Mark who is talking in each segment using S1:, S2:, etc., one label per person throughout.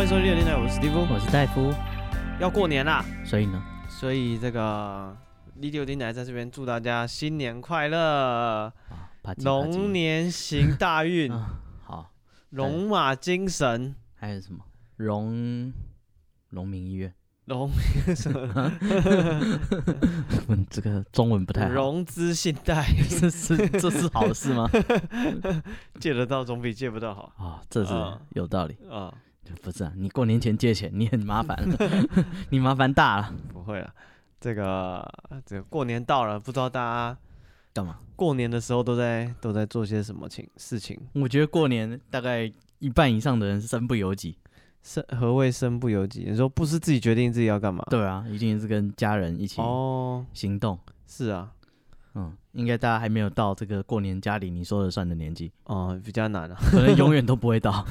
S1: 迎收听《电台》，我是 Steve。
S2: 我是戴夫，嗯
S1: 要过年啦，
S2: 所以呢，
S1: 所以这个《第六电台》在这边祝大家新年快乐，
S2: 啊，啪叽啪叽
S1: 龙年行大运，
S2: 啊，好，
S1: 龙马精神，
S2: 还有什么荣荣民医院？
S1: 龙
S2: 嗯， 这个中文不太好，
S1: 融资信贷，
S2: 这是这是好事 吗？
S1: 借得到总比借不到好
S2: 啊，这是
S1: 啊
S2: 有道理，
S1: 啊、
S2: 不是啊？你过年前借钱，你很麻烦， 你麻烦大了，
S1: 不会了，这个这个过年到了，不知道大家
S2: 干嘛？
S1: 过年的时候都在都在做些什么情事情？
S2: 我觉得过年大概一半以上的人是身不由己，
S1: 身何谓身不由己？你说不是自己决定自己要干嘛？
S2: 对啊，一定是跟家人一起
S1: 哦，
S2: 行动。
S1: 是啊，
S2: 嗯，应该大家还没有到这个过年家里你说了算的年纪，
S1: 哦，比较难啊。
S2: 可能永远都不会到。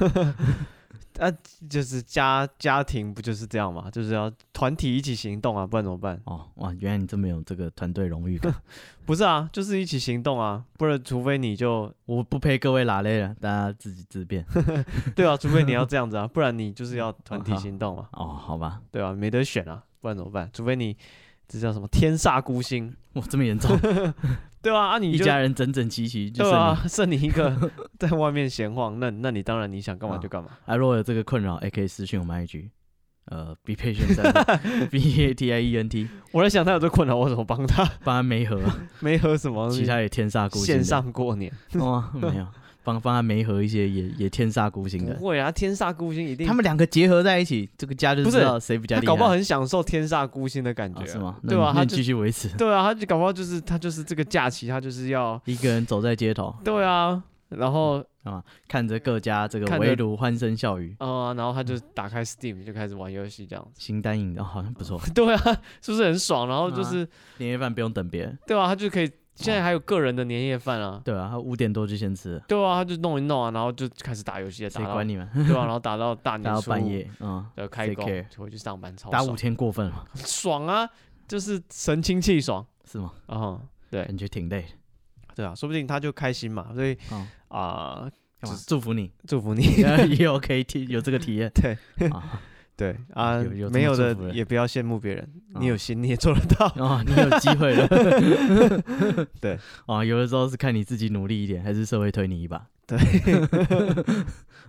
S1: 就是家家庭不就是这样嘛？就是要团体一起行动啊，不然怎么办？
S2: 哦，哇，原来你这么有这个团队荣誉感。
S1: 不是啊，就是一起行动啊，不然除非你就
S2: 我不陪各位拉累了，大家自己自便。
S1: 对啊，除非你要这样子啊，不然你就是要团体行动嘛，
S2: 哦，好吧，
S1: 对啊，没得选啊，不然怎么办？除非你这叫什么天煞孤星，
S2: 哇，这么严重，
S1: 对啊，啊 你
S2: 一
S1: 就
S2: 家人整整齐齐，就
S1: 对
S2: 是你。
S1: 啊，剩你一个在外面闲晃，那那你当然你想干嘛就干嘛，
S2: 啊，如果有这个困扰，也可以私信我们 IG，呃，be patient 三 个 b a t i e n t，
S1: 我在想他有这困扰，我怎么帮他？
S2: 帮他没合，啊
S1: 没和什么
S2: 其他也天煞孤星的。
S1: 线上过年，
S2: 哦，没有，帮帮他没合一些也也天煞孤星
S1: 不
S2: 的。
S1: 会啊，天煞孤星一定
S2: 他们两个结合在一起，这个家就
S1: 不是
S2: 知道谁比较
S1: 他
S2: 厉害。
S1: 搞不好很享受天煞孤星的感觉
S2: 哦
S1: 啊，
S2: 是吗？那
S1: 对
S2: 你
S1: 啊，
S2: 那
S1: 他
S2: 你
S1: 就
S2: 继续维持，
S1: 对啊，他就搞不好就是他就是这个假期，他就是要
S2: 一个人走在街头，
S1: 对啊，然后
S2: 看着各家这个
S1: 看着
S2: 围炉欢声笑语，
S1: 呃，然后他
S2: 嗯
S1: 就打开 Steam 就开始玩游戏这样子。
S2: 新单影的、哦好像不错，
S1: 对啊，是不是很爽？然后就
S2: 啊
S1: 是、
S2: 年夜饭不用等别人。
S1: 对啊，他就可以现在还有个人的年夜饭啊。
S2: 对啊，他五点多就先吃，
S1: 对啊，他就弄一弄啊，然后就开始打游戏，
S2: 谁
S1: 打到
S2: 管你们？
S1: 对啊，然后打 到大
S2: 打
S1: 年
S2: 到
S1: 初
S2: 半
S1: 五
S2: 夜，嗯，
S1: 呃开
S2: 谁
S1: 工
S2: care
S1: 回去上班，超
S2: 打五
S1: 爽，
S2: 天过分了，
S1: 爽啊，就是神清气爽
S2: 是吗？
S1: 啊、嗯对
S2: 感觉挺累的。
S1: 对啊，说不定他就开心嘛，所以
S2: 嗯，
S1: 啊、
S2: 干嘛
S1: 只？
S2: 祝 福你呃
S1: 祝福你。
S2: 也有可以体有这个体验
S1: 对
S2: 啊！
S1: 对啊，
S2: 有有这
S1: 没
S2: 么
S1: 有
S2: 祝
S1: 的
S2: 福人
S1: 也不要羡慕别人，
S2: 啊
S1: 你有心你也做得到。
S2: 哦，你有机会了。
S1: 对
S2: 啊，有的时候是看你自己努力一点，还是社会推你一把。
S1: 对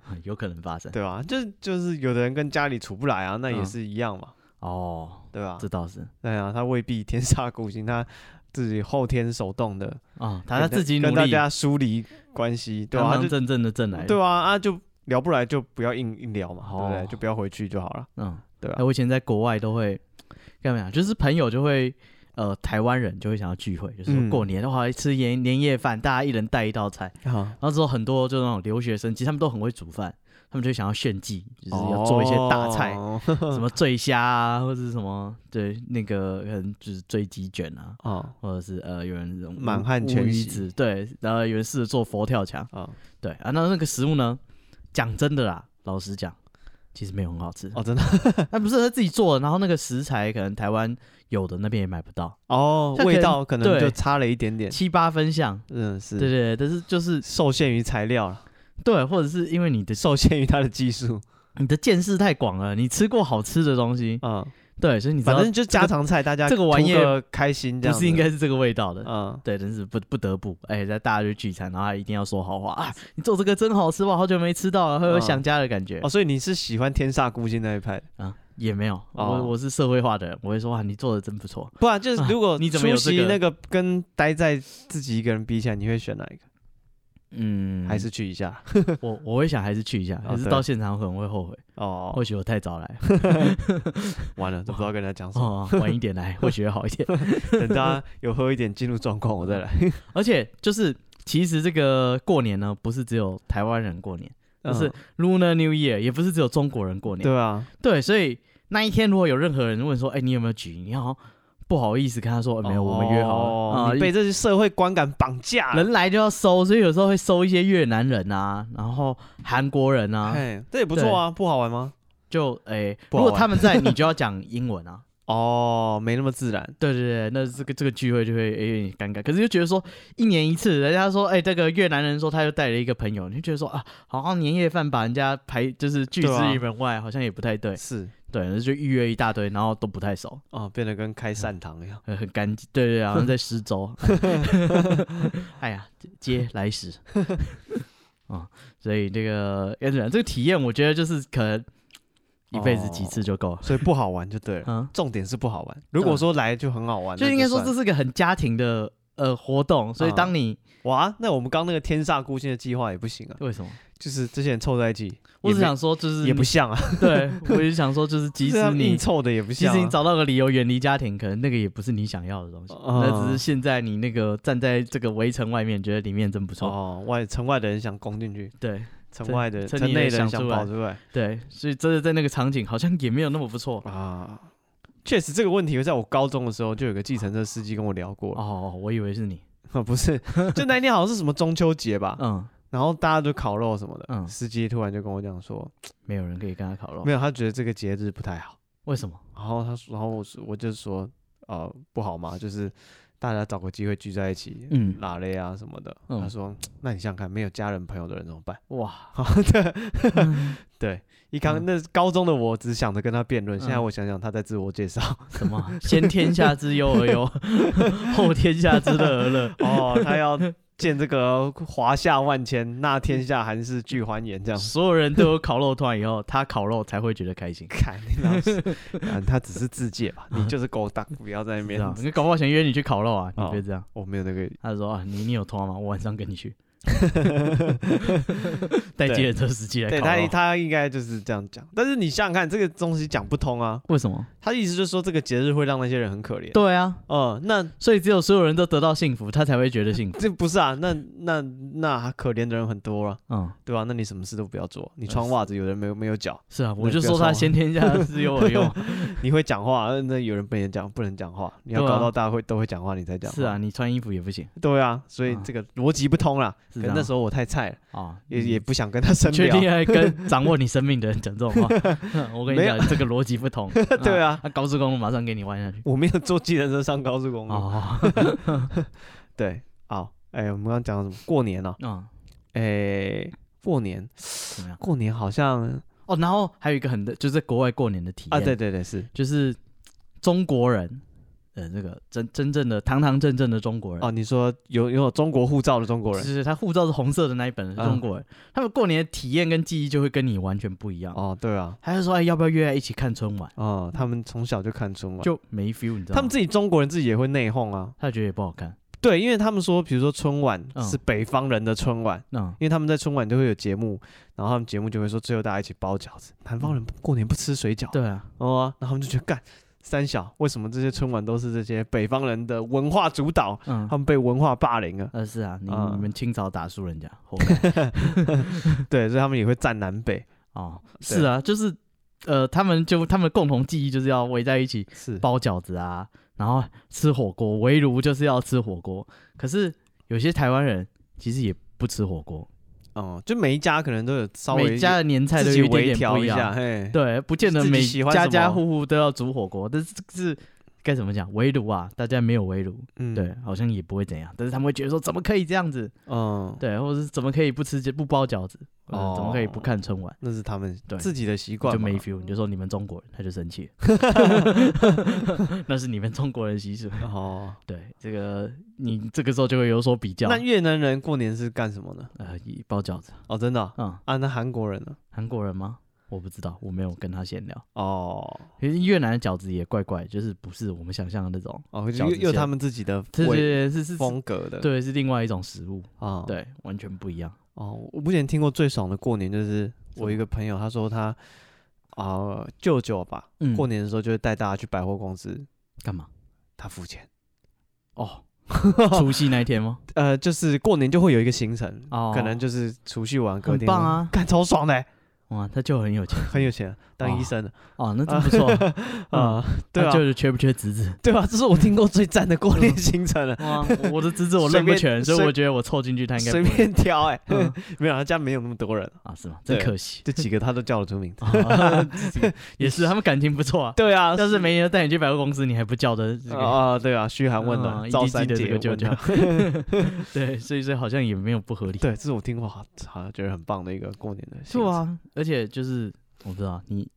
S2: 啊有可能发 生。
S1: 对吧、就是就是有的人跟家里处不来啊，那也
S2: 嗯
S1: 是一样嘛，
S2: 哦，
S1: 对吧
S2: 这？倒是
S1: 对啊，他未必天煞孤星，他自己后天手动的，
S2: 啊，他他
S1: 跟
S2: 自己努
S1: 跟大
S2: 力，
S1: 家疏离关系，对吧、
S2: 堂
S1: 啊？
S2: 堂
S1: 就
S2: 正正的正来。
S1: 对啊，啊就聊不来就不要硬硬聊嘛，对不对？
S2: 哦
S1: 就不要回去就好了，
S2: 嗯，
S1: 对
S2: 哎，
S1: 吧、
S2: 我以前在国外都会干嘛呀？就是朋友就会，呃，台湾人就会想要聚会，就是
S1: 嗯
S2: 说过年的话吃年年夜饭，大家一人带一道菜。
S1: 啊？ 好，
S2: 然后之后很多就那种留学生，其实他们都很会煮饭，他们就想要炫技，就是要做一些大菜，
S1: 哦
S2: 什么醉虾啊，或者是什么对那个可能就是醉鸡卷啊，
S1: 啊
S2: 或者是呃有人这种
S1: 满
S2: 乌
S1: 汉
S2: 乌
S1: 全
S2: 鱼
S1: 席
S2: 子，对，然后有人试着做佛跳墙，
S1: 啊
S2: 对啊，那那个食物呢，讲真的啦，老实讲，其实没有很好吃，
S1: 哦，真的
S2: 那哎不是他自己做的，然后那个食材可能台湾有的那边也买不到，
S1: 哦，
S2: 他可
S1: 味
S2: 能
S1: 道可能
S2: 对
S1: 就差了一点点，
S2: 七八分像，
S1: 嗯是，
S2: 对对对，但是就是
S1: 受限于材料了，
S2: 对，或者是因为你的
S1: 受限于他的技术，
S2: 你的见识太广了，你吃过好吃的东西，
S1: 嗯，
S2: 对，所以你知
S1: 反
S2: 道
S1: 正就家常菜，大家
S2: 这个玩意
S1: 图个开心这
S2: 不
S1: 样子，
S2: 是应该是这个味道的，
S1: 嗯，
S2: 对，但是不不得不，哎、在大家就聚餐，然后还一定要说好话啊，你做这个真好吃，我好久没吃到了，会有
S1: 嗯
S2: 想家的感觉、
S1: 哦，所以你是喜欢天煞孤星那一派，
S2: 啊，也没有，
S1: 哦
S2: 我我是社会化的人，我会说哇，你做的真不错，
S1: 不然就是如果
S2: 啊你怎么有
S1: 出席
S2: 这个
S1: 那个跟待在自己一个人比起来，你会选哪一个？
S2: 嗯，
S1: 还是去一下？
S2: 我我会想还是去一下，
S1: 哦
S2: 还是
S1: 对
S2: 到现场可能会后悔，
S1: 哦
S2: 或，许我太早来，
S1: 完了，都不知道跟人家讲什么。
S2: 哦，晚一 点来或许会好一点，
S1: 等 大家有喝一点进入状况，我再来。
S2: 而且就是。其实这个过年呢，不是只有台湾人过年，就
S1: 嗯
S2: 是 Lunar New Year，也不是只有中国人过年。
S1: 对啊，
S2: 对，所以那一天如果有任何人问说，哎、你有没有局？你好像不好意思跟他说、呃没有，我们约好了
S1: 哦
S2: 啊。
S1: 你被这些社会观感绑架了。
S2: 人来就要收，所以有时候会收一些越南人啊，然后韩国人啊，
S1: 嘿，这也不错啊，不好玩吗？
S2: 就哎、
S1: 不
S2: 如
S1: 好玩
S2: 果他们在，你就要讲英文啊。
S1: 哦，没那么自然。
S2: 对对对，那这个这个聚会就会诶有点尴尬，可是就觉得说一年一次，人家说哎、这个越南人说他又带了一个朋友，你就觉得说啊，好像年夜饭把人家排就是拒之
S1: 对啊
S2: 于门外，好像也不太对，
S1: 是
S2: 对，那就预约一大堆，然后都不太熟，
S1: 哦，变得跟开善堂一样。
S2: 呃很干净，对对对，好像在 施粥， 哎呀，接来时 啊、所以这个要怎么讲这个体验，我觉得就是可能一辈子几次就够了，
S1: 所以不好玩就对了。
S2: 嗯。
S1: 重点是不好玩。如果说来就很好玩，
S2: 就
S1: 哦那
S2: 应该说这
S1: 算
S2: 是个很家庭的呃活动，所以
S1: 嗯
S2: 当你、
S1: 哇，那我们刚那个天煞孤星的计划也不行啊，
S2: 为什么？
S1: 就是这些人凑在一起，
S2: 我只
S1: 也
S2: 想说就是
S1: 没也不
S2: 你
S1: 像啊，
S2: 对，我就想说就是即
S1: 这
S2: 使
S1: 样硬
S2: 你
S1: 凑的也不
S2: 即
S1: 像啊。
S2: 使你找到个理由远离家庭，可能那个也不是你想要的东西，那只是
S1: 嗯
S2: 现在你那个站在这个围城外面，觉得里面真不错，
S1: 哦，外城外的人想攻进去，
S2: 对
S1: 城
S2: 城
S1: 外的人
S2: 城
S1: 城
S2: 里
S1: 内的
S2: 的想
S1: 人想
S2: 出
S1: 跑
S2: 来
S1: 出来
S2: 对，所以真的在那个场景好像也没有那么不错。
S1: 啊。确实，这个问题在我高中的时候就有个计程车司机跟我聊过，
S2: 哦，我以为是你，
S1: 不是，就那一天好像是什么中秋节吧，
S2: 嗯，
S1: 然后大家就烤肉什么的，
S2: 嗯哦
S1: 司机突然就跟我讲说，
S2: 没有人可以跟他烤肉
S1: 没，有，他觉得这个节日不太好。
S2: 为什么？
S1: 然后他说，然后我说我就说，呃，不好嘛，就是大家找个机会聚在一起，
S2: 嗯
S1: 拉嘞啊什么的。
S2: 嗯
S1: 他说，那你想想看，没有家人朋友的人怎么办？
S2: 哇，
S1: 对，一刚、
S2: 嗯
S1: 那高中的我只想着跟他辩论，现在
S2: 嗯
S1: 我想想他在自我介 绍，
S2: 什么啊先天下之忧而忧， 后天下之乐而乐，
S1: 哦，他 要见这个华夏万千，纳天下寒士俱欢颜这样。
S2: 所有人都有烤肉团以后，他烤肉才会觉得 开心。
S1: 看你老 师，啊他只是自介吧，你就是勾当，不要在那
S2: 这
S1: 边。
S2: 样，你搞不好想约你去烤肉啊，
S1: 哦
S2: 你别这样。
S1: 我没有那个
S2: 他说啊，你你有拖吗？我晚上跟你 去。带计程车司机来
S1: 对
S2: 烤
S1: 他，
S2: 肉，
S1: 他应该就是这样讲。但是你想想看，这个东西讲不通啊。
S2: 为什么？
S1: 他的意思就是说，这个节日会让那些人很可怜。
S2: 对啊，
S1: 嗯，那
S2: 所以只有所有人都得到幸福，他才会觉得幸福。
S1: 这不是啊？那那那可怜的人很多了，
S2: 嗯，
S1: 对吧、那你什么事都不要做，你穿袜子，有人没有没有 脚，
S2: 是啊，
S1: 那
S2: 我就
S1: 不要
S2: 说
S1: 说
S2: 他
S1: 嘛
S2: 先天下之忧 而忧。
S1: 你会讲话，呃那有人不能讲不能讲话，你要
S2: 对啊
S1: 搞到大家会都会讲话，你才讲。
S2: 是啊，，你穿衣服也不 行
S1: 对啊，所以
S2: 啊
S1: 这个逻辑不通啦。
S2: 是
S1: 可
S2: 啊
S1: 能那时候我太菜了，
S2: 啊，
S1: 也
S2: 你
S1: 也不想跟他深
S2: 确
S1: 聊
S2: 定。啊要跟掌握你生命的人讲这种话？哼我跟你
S1: 没
S2: 讲
S1: 有，
S2: 这个逻辑不同。
S1: 对啊
S2: 他高速公路马上给你弯下去。
S1: 我没有坐计程车上高速公路。
S2: 哦，
S1: 对，好，哎、我们刚刚讲到什么？过年啊，
S2: 嗯，
S1: 哎、过年，
S2: 怎么样？
S1: 过年好像
S2: 哦，然后还有一个很的，就是在国外过年的体
S1: 啊，
S2: 验，
S1: 对，对对，是
S2: 就是中国人，呃，这个真真正的堂堂正正的中国人，
S1: 哦，你说有有中国护照的中国
S2: 就
S1: 人
S2: 是他护照是红色的那一本
S1: 嗯
S2: 的中国人，他们过年的体验跟记忆就会跟你完全不一样。
S1: 哦，对啊，
S2: 他就说，哎，要不要约来一起看春晚？
S1: 哦，他们从小就看春晚，啊
S2: 就没 feel，你知道吗？
S1: 哦他们自己中国人自己也会内讧啊。
S2: 他觉得也不好看，
S1: 对，因为他们说，比如说春晚
S2: 嗯
S1: 是北方人的春晚，
S2: 嗯，
S1: 因为他们在春晚都会有节目，然后他们节目就会说最后大家一起包饺子。南方人过年不吃水饺，
S2: 对啊，
S1: 哦啊、然后他们就觉得干三小，为什么这些春晚都是这些北方人的文化主导？
S2: 嗯
S1: 他。们被文化霸凌了，
S2: 呃，是啊，你
S1: 嗯
S2: 你们清朝打输人家，活该
S1: 对，所以他们也会站南北。
S2: 哦，是啊，就是，呃，他们就他们的共同记忆就是要围在一起，
S1: 是，
S2: 包饺子啊，然后吃火锅，围炉就是要吃火锅。可是有些台湾人其实也不吃火锅，
S1: 哦、就每一家可能都有稍微
S2: 每家的年菜都
S1: 自
S2: 有
S1: 己
S2: 一
S1: 微
S2: 点点
S1: 调
S2: 不一
S1: 一下，
S2: 样，
S1: 嘿，
S2: 对，不见得
S1: 自己
S2: 每
S1: 喜欢
S2: 家
S1: 什么
S2: 家户户都要煮火锅，但是这个是该怎么讲？围炉啊，大家没有围炉，
S1: 嗯
S2: 对，，好像也不会怎样，但是他们会觉得说怎么可以这样子，
S1: 嗯，
S2: 对，或者是怎么可以不吃不包饺子，哦
S1: 哦，
S2: 怎么可以不看春晚？
S1: 那是他们
S2: 对
S1: 自己的习惯
S2: 就
S1: 嘛，
S2: 没 feel，你就说你们中国人，他就生气了，那是你们中国人习俗。
S1: 哦。
S2: 对，这个你这个时候就会有所比较。
S1: 那越南人过年是干什么呢？
S2: 呃，一包饺子，
S1: 哦，真的啊，
S2: 嗯，
S1: 啊那韩国人呢？
S2: 韩国人吗？我不知道，我没有跟他闲聊。
S1: 哦，
S2: 其实越南的饺子也怪怪，就是不是我们想象的那种，
S1: 哦，
S2: 饺
S1: 就
S2: 子
S1: 又又
S2: 馅
S1: 他们自己的
S2: 是
S1: 味
S2: 是是是，
S1: 风格的，
S2: 对，是另外一种食物，
S1: 啊，
S2: 对，完全不一样。
S1: 哦，我之前听过最爽的过年就是
S2: 什
S1: 我一
S2: 么
S1: 个朋友，他说他啊舅舅吧，
S2: 嗯，
S1: 过年的时候就会带大家去百货公司，
S2: 干嘛？
S1: 他付 钱。
S2: 哦，除夕那一天吗？
S1: 呃，就是过年就会有一个行程，
S2: 哦
S1: 可能就是储蓄完隔
S2: 很
S1: 天，
S2: 棒啊
S1: 干超爽的欸、
S2: 哦哇，他就很有钱
S1: 很有钱，当医
S2: 哦
S1: 生的
S2: 哦，那 真不错
S1: 啊
S2: 啊。，
S1: 对
S2: 他
S1: 啊，
S2: 就是缺不缺侄子？
S1: 对啊，这是我听过最赞的过年行程了，
S2: 哇，我我的侄子我
S1: 随
S2: 认不
S1: 便
S2: 全，所以
S1: 随
S2: 我觉得我凑进去他应该
S1: 随
S2: 不会
S1: 便挑哎，
S2: 嗯
S1: 没有，他家没有那么多人，
S2: 啊，是吗？真
S1: 对。
S2: 可惜
S1: 这几个他都叫得出名字。
S2: 啊也是，他们感情不错啊。
S1: 对啊，
S2: 要是没人带你去百货公司，你还不叫的这个
S1: 啊，对啊，嘘寒问暖，
S2: 嗯
S1: 赵
S2: EDG
S1: 三
S2: 的这
S1: 姐
S2: 个舅
S1: 问
S2: 舅
S1: 他
S2: 对，所以说好像也没有不合理。
S1: 对，这是我听过好好像觉得很棒的一个过年的行
S2: 是
S1: 程。
S2: 啊，而且就是我不知道你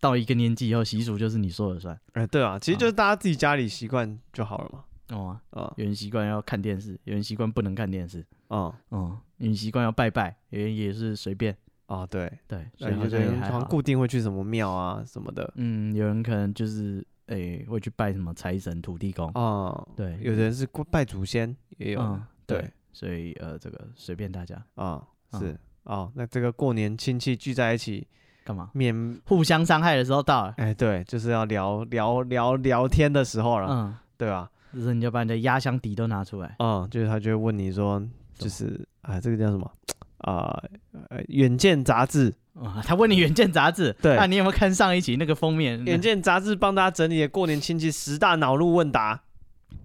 S2: 到一个年纪以后，习俗就是你说了算。
S1: 哎，对啊，其实就是大家自己家里习惯就好了嘛。
S2: 哦、啊，
S1: 啊
S2: 有人习惯要看电视，有人习惯不能看电视，
S1: 啊
S2: 嗯，有人习惯要拜拜，有人也是随便，
S1: 啊，对，
S2: 对，所
S1: 所
S2: 以
S1: 以
S2: 好
S1: 就
S2: 像
S1: 是
S2: 也
S1: 好
S2: 还
S1: 像
S2: 好。
S1: 固定会去什么庙啊什么的
S2: 嗯，有人可能就是诶、会去拜什么财神、土地公，
S1: 啊。
S2: 对
S1: 有的人是过拜祖先也有
S2: 嗯
S1: 的，，对
S2: 对，所以呃，这个随便大家
S1: 啊，
S2: 嗯
S1: 是哦。那这个过年亲戚聚在一起，
S2: 干嘛，
S1: 免
S2: 互相伤害的时候到了，
S1: 哎对，就是要聊聊聊聊天的时候了，
S2: 嗯，
S1: 对吧？
S2: 这时候你就把你的压箱底都拿出来，
S1: 嗯，就是他就会问你说，就
S2: 么
S1: 是啊，这个叫什么啊？呃，远见杂志，
S2: 啊，他问你《远见》杂志，
S1: 对
S2: 啊，你有没有看上一期那个封面？
S1: 远见杂志帮大家整理了过年亲戚十大恼怒问答，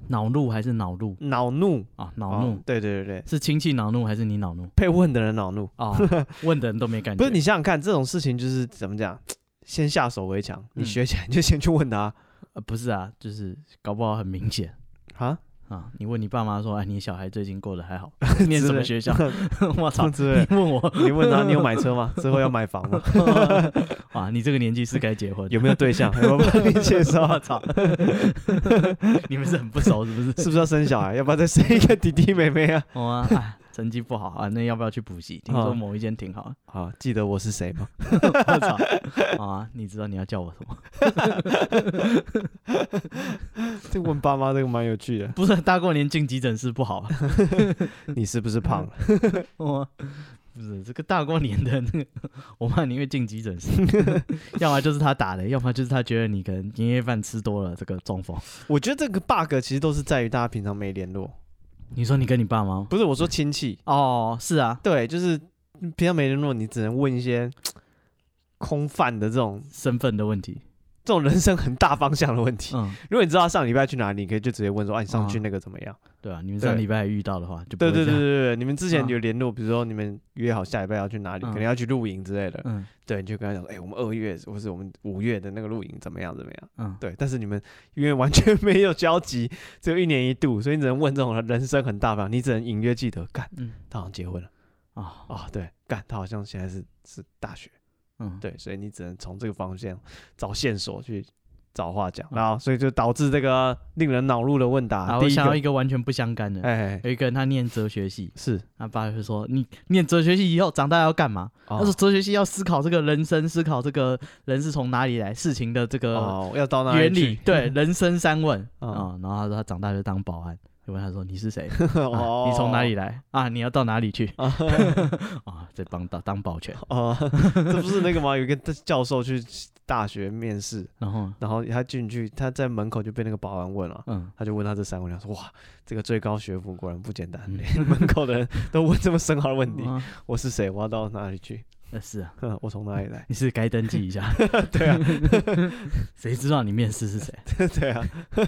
S2: 恼怒还是恼怒
S1: 恼怒，
S2: 啊？恼怒、
S1: 哦对对对对，
S2: 是亲戚恼怒还是你恼怒？
S1: 被问的人恼怒，
S2: 哦，问的人都没感
S1: 不
S2: 觉。
S1: 是你想想看，这种事情就是怎么讲，先下手为强，你
S2: 嗯
S1: 学起来你就先去问他
S2: 呃不是啊，就是搞不好很明显
S1: 啊，
S2: 啊。你问你爸妈说，哎，你小孩最近过得还好？ 念什么学 校？
S1: 这
S2: 我操！
S1: 之类的。
S2: 你问我，
S1: 你问他你有买车吗？之后要买房吗？
S2: 啊，你这个年纪是该结婚？
S1: 有没有对象？有没有帮你介绍
S2: 我？操！你们是很不熟是不是？
S1: 是不是要生小孩？要不要再生一个弟弟妹妹啊？
S2: 我啊，哎成绩不好啊，那要不要去补习？听说
S1: 啊
S2: 某一间挺好。
S1: 好，记得我是谁吗？
S2: 我操！啊，你知道你要叫我什么？
S1: 这问爸妈这个蛮有趣的。
S2: 不是大过年进急诊室不 好吧？
S1: 你是不是胖了？哦
S2: 我不是这个大过年的那个， 我怕你会进 急诊室，要么就是他打的，要么就是他觉得你可能年夜饭吃多了，这个中风。
S1: 我觉得这个 bug 其实都是在于大家平常没联络，
S2: 你说你跟你爸妈吗？
S1: 不是我说亲戚，
S2: 哦，是啊，
S1: 对，就是平常没联络，你只能问一些空泛的这种
S2: 身份的问题。
S1: 这种人生很大方向的问题。
S2: 嗯，
S1: 如果你知道他上礼拜去哪里，你可以就直接问说，哎、你上去
S2: 啊
S1: 那个怎么样？
S2: 对啊，你们上
S1: 对
S2: 礼拜遇到的话，就不
S1: 对
S2: 会
S1: 对
S2: 这
S1: 对对
S2: 样。
S1: 对，你们之前
S2: 啊
S1: 有联络，比如说你们约好下礼拜要去哪里，
S2: 嗯
S1: 可能要去露营之类的，
S2: 嗯
S1: 对，你就跟他讲，哎、我们二月或是我们五月的那个露营怎么样怎么样？
S2: 嗯，
S1: 对，但是你们因为完全 没有交集，只有一年一度，所以你只能问这种人生很大方，你只能隐约记得，干，
S2: 嗯
S1: 他好像结婚了
S2: 啊，
S1: 哦，对，干，他好像现在是是大学，
S2: 嗯，
S1: 对，所以你只能从这个方向找线索去找话讲，
S2: 嗯
S1: 然后所以就导致这个令人恼怒的问答，
S2: 啊，
S1: 第
S2: 我
S1: 一
S2: 想
S1: 个
S2: 到一，个完全不相干的，
S1: 哎，
S2: 有一个人他念哲学系，
S1: 是，
S2: 他爸就说：“你念哲学系以后长大要干嘛？”
S1: 哦
S2: 他说：“哲学系要思考这个人生，思考这个人是从哪里来，事情的这个
S1: 哦，要到那
S2: 原
S1: 里
S2: 理，
S1: 去，
S2: 对，人生三问
S1: 嗯
S2: 啊。”然后他说他长大就当保安，就问他说：“你 是谁？
S1: 哦
S2: 啊，你从哪里？来啊？你要到哪里去
S1: 啊
S2: 啊？”在帮当当保全，
S1: 哦，这不是那个吗？有一个教授去大学面试，
S2: 然后
S1: 然后他进去，他在门口就被那个保安问了。
S2: 嗯，
S1: 他就问他这三个人，他说：“哇，这个最高学府果然不简单，
S2: 嗯
S1: 连 门口的人都问这么深奥的问题。
S2: 啊
S1: 我是谁？我要到哪里去？
S2: 呃是啊，
S1: 哼我从哪里 来
S2: 你是该登记一下。
S1: 对啊，
S2: 谁知道你面试是谁？？”
S1: 对啊，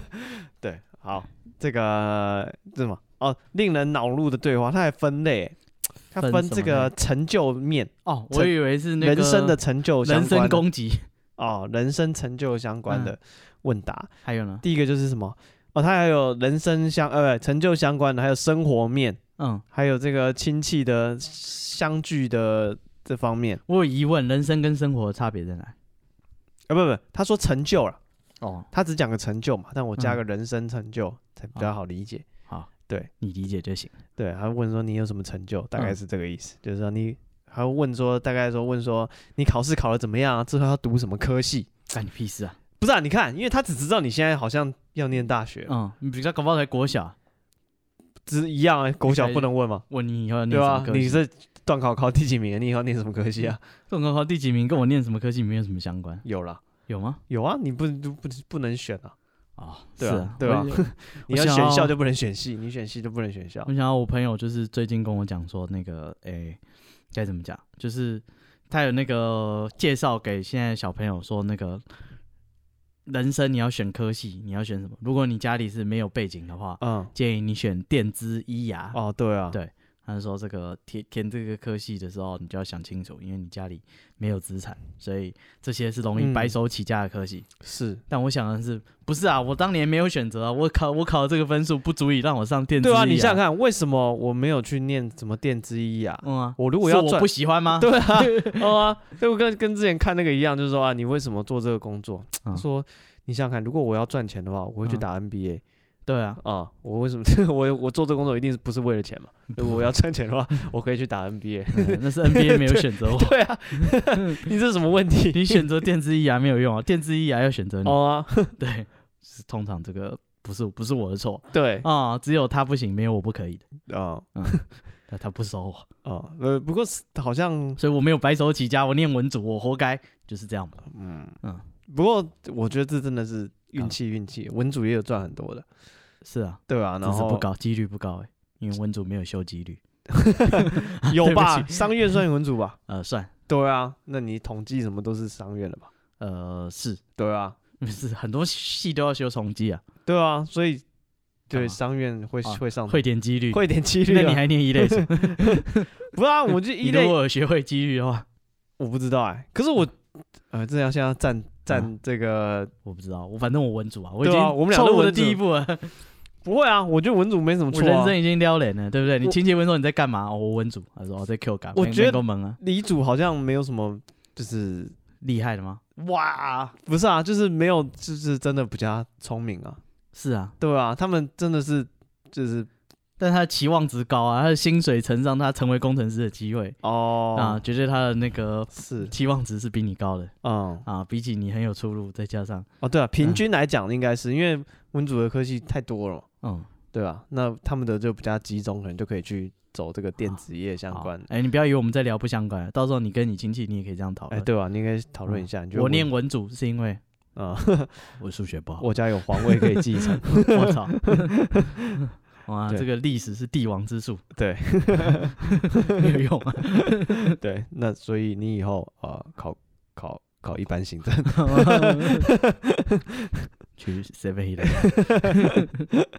S1: 对，好，这个这什么？哦，令人恼怒的对话，他还分类，他
S2: 分
S1: 分
S2: 什
S1: 这
S2: 么
S1: 个
S2: 类
S1: 成就面，
S2: 哦，
S1: 成
S2: 我以为是那个
S1: 人生的成就相关
S2: 人身
S1: 的
S2: 攻击，
S1: 哦，人生成就相关
S2: 嗯
S1: 的问答。
S2: 还有呢？
S1: 第一个就是什么？哦，他还有人生相呃不成就相关的，还有生活面，
S2: 嗯，
S1: 还有这个亲戚的相聚的这方面。
S2: 我有疑问，人生跟生活的差别在哪？
S1: 啊，不不，他说成就了，
S2: 哦，
S1: 他只讲个成就嘛，但我加
S2: 嗯
S1: 个人生成就、才比较好理解。
S2: 好，
S1: 对
S2: 你理解就行。
S1: 对，他问说你有什么成就，大概
S2: 嗯
S1: 是这个意思，就是说你。还会问说，大概说问说你考试考得怎么样啊？之后要读什么科系？
S2: 干你屁事啊！
S1: 不是啊，你看，因为他只知道你现在好像要念大学，
S2: 嗯，你比较搞不好才国小，
S1: 只一样啊，狗小
S2: 你可以
S1: 不能问嘛，
S2: 问啊你以后要念
S1: 对
S2: 什
S1: 吧
S2: 么？科系？嗯
S1: 你这段考考第几名？你以后念什么科系啊？
S2: 这种考第几名跟我念什么科系没有什么相关，
S1: 有啦，
S2: 有吗？
S1: 有啊，你不不不不能选啊，
S2: 哦，
S1: 对啊
S2: 是
S1: 对啊
S2: 我
S1: 你
S2: 我
S1: 要
S2: 想
S1: 选校
S2: 要
S1: 就不能选系，你选系就不能选校
S2: 我。想到我朋友就是最近跟我讲说，那个诶，该、怎么讲？就是他有那个介绍给现在小朋友说，那个人生你要选科系，你要选什么？如果你家里是没有背景的话，
S1: 嗯，
S2: 建议你选电资医牙。
S1: 哦，对啊，
S2: 对他是说这个填填这个科系的时候，你就要想清楚，因为你家里没有资产，所以这些是容易
S1: 嗯
S2: 白手起家的科系。
S1: 是，
S2: 但我想的是，不是啊？我当年没有选择啊，我考我考的这个分数不足以让我上电资医
S1: 对
S2: 牙。
S1: 啊，你想想看，为什么我没有去念什么电之一啊？
S2: 嗯啊，
S1: 我如
S2: 如
S1: 果要
S2: 我
S1: 赚
S2: 不，喜欢吗？
S1: 对啊， 哦啊，就跟跟之前看那个一样，就是说啊，你为什么做这个工作？
S2: 嗯
S1: 说你想想看，如果我要赚钱的话，我会去打 NBA
S2: 对啊，
S1: 啊。我为什么 我我做这个工作一定是不是为了 钱嘛？如果我要赚钱的话，我可以去打 NBA。
S2: 嗯那是 NBA 没有选择 我。
S1: 对 啊，你这是什么问题？
S2: 你选择电子医牙没有用啊，电子医牙要选择你。
S1: 哦啊，
S2: 对，是通常这个不是不是我的错
S1: 对
S2: 啊、只有他不行，没有我不可以的。
S1: 啊
S2: 他他不收我，
S1: 啊呃，不过是好像
S2: 所以我没有白手起家，我念文组，我活该，就是这样吧。
S1: 嗯
S2: 嗯
S1: 不过我觉得这真的是运
S2: 啊
S1: 气运气，文组也有赚很多的，
S2: 是啊，
S1: 对啊，
S2: 只
S1: 然
S2: 是
S1: 后
S2: 不高，几率不高哎、因为文组没有修几率。
S1: 有
S2: 对不
S1: 吧？
S2: 起
S1: 商院算文组吧？
S2: 呃，算，
S1: 对啊，那你统计什么都是商院了吧？
S2: 呃，是
S1: 对啊，
S2: 是，很多系都要修重机啊，
S1: 对啊，所以对
S2: 干嘛
S1: 商院会
S2: 啊
S1: 会上
S2: 会点几率。
S1: 会点几率
S2: 那
S1: 啊，
S2: 你还念一类组？
S1: 不啊？我就
S2: 你啊
S1: 一类
S2: 如果有学会几率的话，
S1: 我不知道哎，可是我呃，真的要现在
S2: 啊
S1: 站站这个
S2: 我不知道，我反正我文组啊，我已
S1: 对
S2: 经
S1: 啊我们俩都
S2: 错误的
S1: 文组
S2: 第一步了。
S1: 不会啊，我觉得文组没什么
S2: 我
S1: 错
S2: 人
S1: 啊，
S2: 生已经撩人了，对不对？你
S1: 我
S2: 亲戚问说你在干嘛？哦我文组，他说我在 Q 感，
S1: 我
S2: 没
S1: 觉得
S2: 没够猛啊，
S1: 理组好像没有什么就是
S2: 厉害的吗？
S1: 哇，不是啊，就是没有就是真的比较聪明啊，
S2: 是啊，
S1: 对啊，他们真的是就是
S2: 但他的期望值高啊，他的薪水乘上他成为工程师的机会
S1: 哦
S2: 啊，绝对他的那个
S1: 是
S2: 期望值是比你高的
S1: 嗯
S2: 啊，比起你很有出路，再加上
S1: 哦对啊，
S2: 嗯
S1: 平均来讲应该是因为文组的科系太多了嘛，
S2: 嗯
S1: 对吧、那他们的就比较集中，可能就可以去走这个电子业相
S2: 好
S1: 关。
S2: 哎，你不要以为我们在聊不相关，到时候你跟你亲戚你也可以这样讨
S1: 哎、
S2: 论。
S1: 对吧、你应该讨论一下。你觉得
S2: 嗯我念文组是因为
S1: 啊，
S2: 我数学不 好，
S1: 我家有皇位可以继承。
S2: 我操！哇，
S1: 对
S2: 这个历史是帝王之术，
S1: 对
S2: 没有用啊！
S1: 对，那所以你以后呃考考考一般行政，
S2: 去 Seven e l e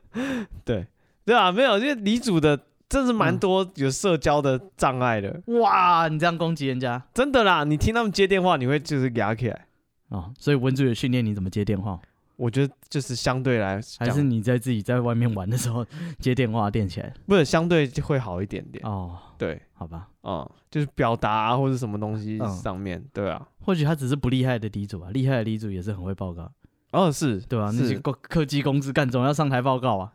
S1: 对啊，没有，因为李主的真是蛮
S2: 嗯
S1: 多有社交的障碍的，
S2: 哇，你这样攻击人家
S1: 真的啦。你听他们接电话，你会就是牙起来。
S2: 哦，所以文组有训练你怎么接电话，
S1: 我觉得就是相对来
S2: 还
S1: 讲，
S2: 是你在自己在外面玩的时候接电话练起来？
S1: 不是相对就会好一点点。
S2: 哦，
S1: 对，
S2: 好吧，
S1: 嗯，就是表达、啊、或者什么东西
S2: 嗯
S1: 上面，对啊。
S2: 或许他只是不厉害的李组啊，厉害的李组也是很会报告，
S1: 哦，是
S2: 对吧、啊？那些
S1: 是
S2: 科科技公司干总要上台报告啊，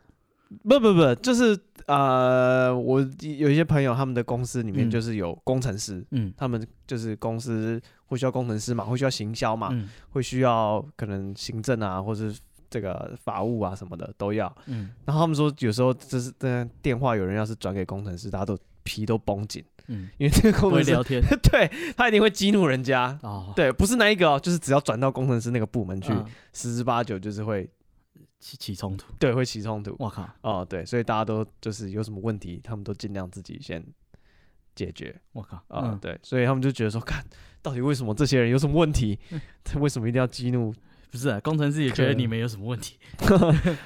S1: 不不不，就是呃，我有一些朋友，他们的公司里面
S2: 嗯
S1: 就是有工程师，
S2: 嗯
S1: 他们就是公司会需要工程师嘛，会需要行销嘛，
S2: 嗯
S1: 会需要可能行政啊，或是这个法务啊什么的都要。
S2: 嗯
S1: 然后他们说，有时候就是呃电话有人要是转给工程师，大家都皮都绷紧，
S2: 嗯，
S1: 因为这个
S2: 不
S1: 工程
S2: 会
S1: 师
S2: 聊天
S1: 对他一定会激怒人家。
S2: 哦，
S1: 对，不是那一个哦，就是只要转到工程师那个部门去，
S2: 嗯
S1: 十之八九就是会
S2: 起起冲突，
S1: 对会起冲突。
S2: 我靠，
S1: 哦，对，所以大家都就是有什么问题，他们都尽量自己先解决
S2: 我靠，
S1: 啊、
S2: 嗯，
S1: 对，所以他们就觉得说，看到底为什么这些人有什么问题， 他为什么一定要激怒，
S2: 不是、啊，工程师也觉
S1: 可
S2: 得你们有什么问题，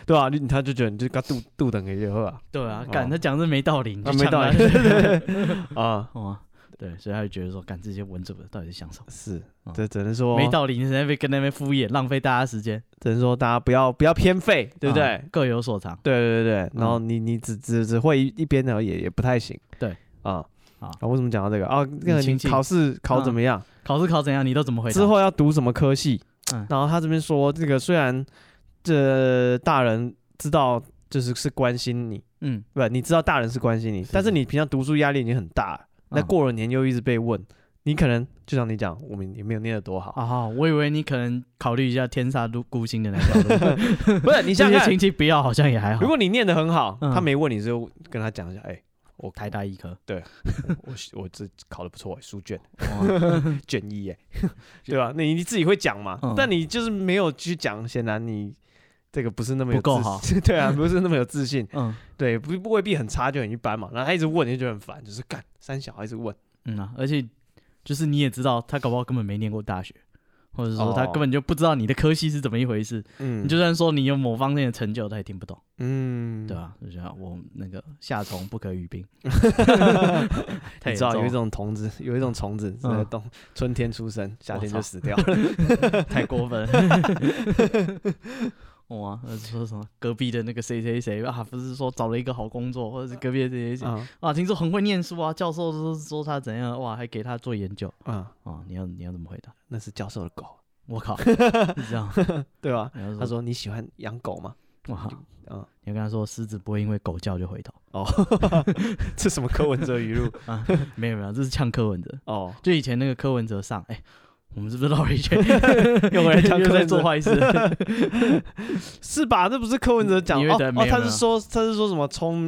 S1: 对吧、啊？你他就觉得你就跟他度度等给就好啊，
S2: 对啊，
S1: 哦
S2: 干、他讲的没道理，你
S1: 啊
S2: 就
S1: 没
S2: 呛
S1: 道
S2: 他
S1: 理 啊，
S2: 哦啊，对，所以他就觉得说，干这些文组的到底是想什么？
S1: 是
S2: 哦，
S1: 这只能说
S2: 没，道理，你在那边跟那边敷衍，浪费大家时间，
S1: 只能说大家不要不要偏废，对不对？
S2: 啊各有所长，
S1: 对对对对，然后你你只只只会一一边的也也不太行，
S2: 嗯对
S1: 啊。
S2: 好
S1: 啊，为什么讲到这个啊？那个你
S2: 亲戚
S1: 考试考怎么样？
S2: 考嗯试考怎样，你都怎么回答？
S1: 之后要读什么科系。
S2: 嗯
S1: 然后他这边说，这个虽然这大人知道就是是关心你，
S2: 嗯，
S1: 不，你知道大人是关心你，
S2: 是
S1: 但是你平常读书压力已经很大了，那
S2: 嗯
S1: 过了年又一直被问，你可能就像你讲，我们也没有念得多好，
S2: 啊哈，我以为你可能考虑一下天煞孤孤星的那条 路，
S1: 不是？你
S2: 你
S1: 想想
S2: 这些
S1: 看，
S2: 亲戚不要好像也还好。
S1: 如果你念得很好，
S2: 嗯
S1: 他没问你就跟他讲一下，哎、我
S2: 台大医 科，
S1: 我我这考的不错、哎书卷
S2: 哇
S1: 卷一 哎、对吧？那你自己会讲嘛？
S2: 嗯
S1: 但你就是没有去讲，显然你这个不是那么有
S2: 不够
S1: 自
S2: 好，
S1: 对啊，不是那么有自信。
S2: 嗯
S1: 对，不不未必很差，就很一般嘛。然后他一直问，你就觉得很烦，就是干三小孩一直问，
S2: 嗯啊，而且就是你也知道他搞不好根本没念过大学，或者说他
S1: 哦
S2: 根本就不知道你的科系是怎么一回事。
S1: 嗯，
S2: 你就算说你有某方面的成就，他也听不懂，
S1: 嗯，
S2: 对 吧、就像我那个夏虫不可语冰，
S1: 你
S2: 太严
S1: 知道有一
S2: 啊重
S1: 种虫子，有一种虫子是在
S2: 嗯
S1: 冬、春天出生，夏
S2: 我
S1: 天
S2: 操
S1: 就死掉 了。
S2: 了，太过分 了。哇，呃说什么隔壁的那个谁谁谁啊，不是说找了一个好工作，或者是隔壁的谁谁谁
S1: 嗯
S2: 啊啊，听说很会念书啊，教授说说他怎样，哇，还给他做研究
S1: 嗯，
S2: 啊，你要你要怎么回答？
S1: 那是教授的狗，
S2: 我靠， 你知道？
S1: 对吧？
S2: 你要
S1: 他说你喜欢养狗吗？
S2: 哇，
S1: 嗯，
S2: 你要跟他说狮子不会因为狗叫就回头， 啊
S1: 哦， 这什么柯文哲语录？
S2: 没有没有，这是呛柯文哲。
S1: 哦，
S2: 就以前那个柯文哲上，哎、我们是不是绕了一 圈？又回
S1: 又
S2: 来
S1: 呛
S2: 又
S1: 柯
S2: 在
S1: 文
S2: 做
S1: 哲
S2: 坏 事？
S1: 是吧？这不是柯文哲讲
S2: 你以
S1: 的
S2: 为
S1: 哦
S2: 的没
S1: 哦，
S2: 有
S1: 他
S2: 没
S1: 是
S2: 有
S1: 说他是说什么聪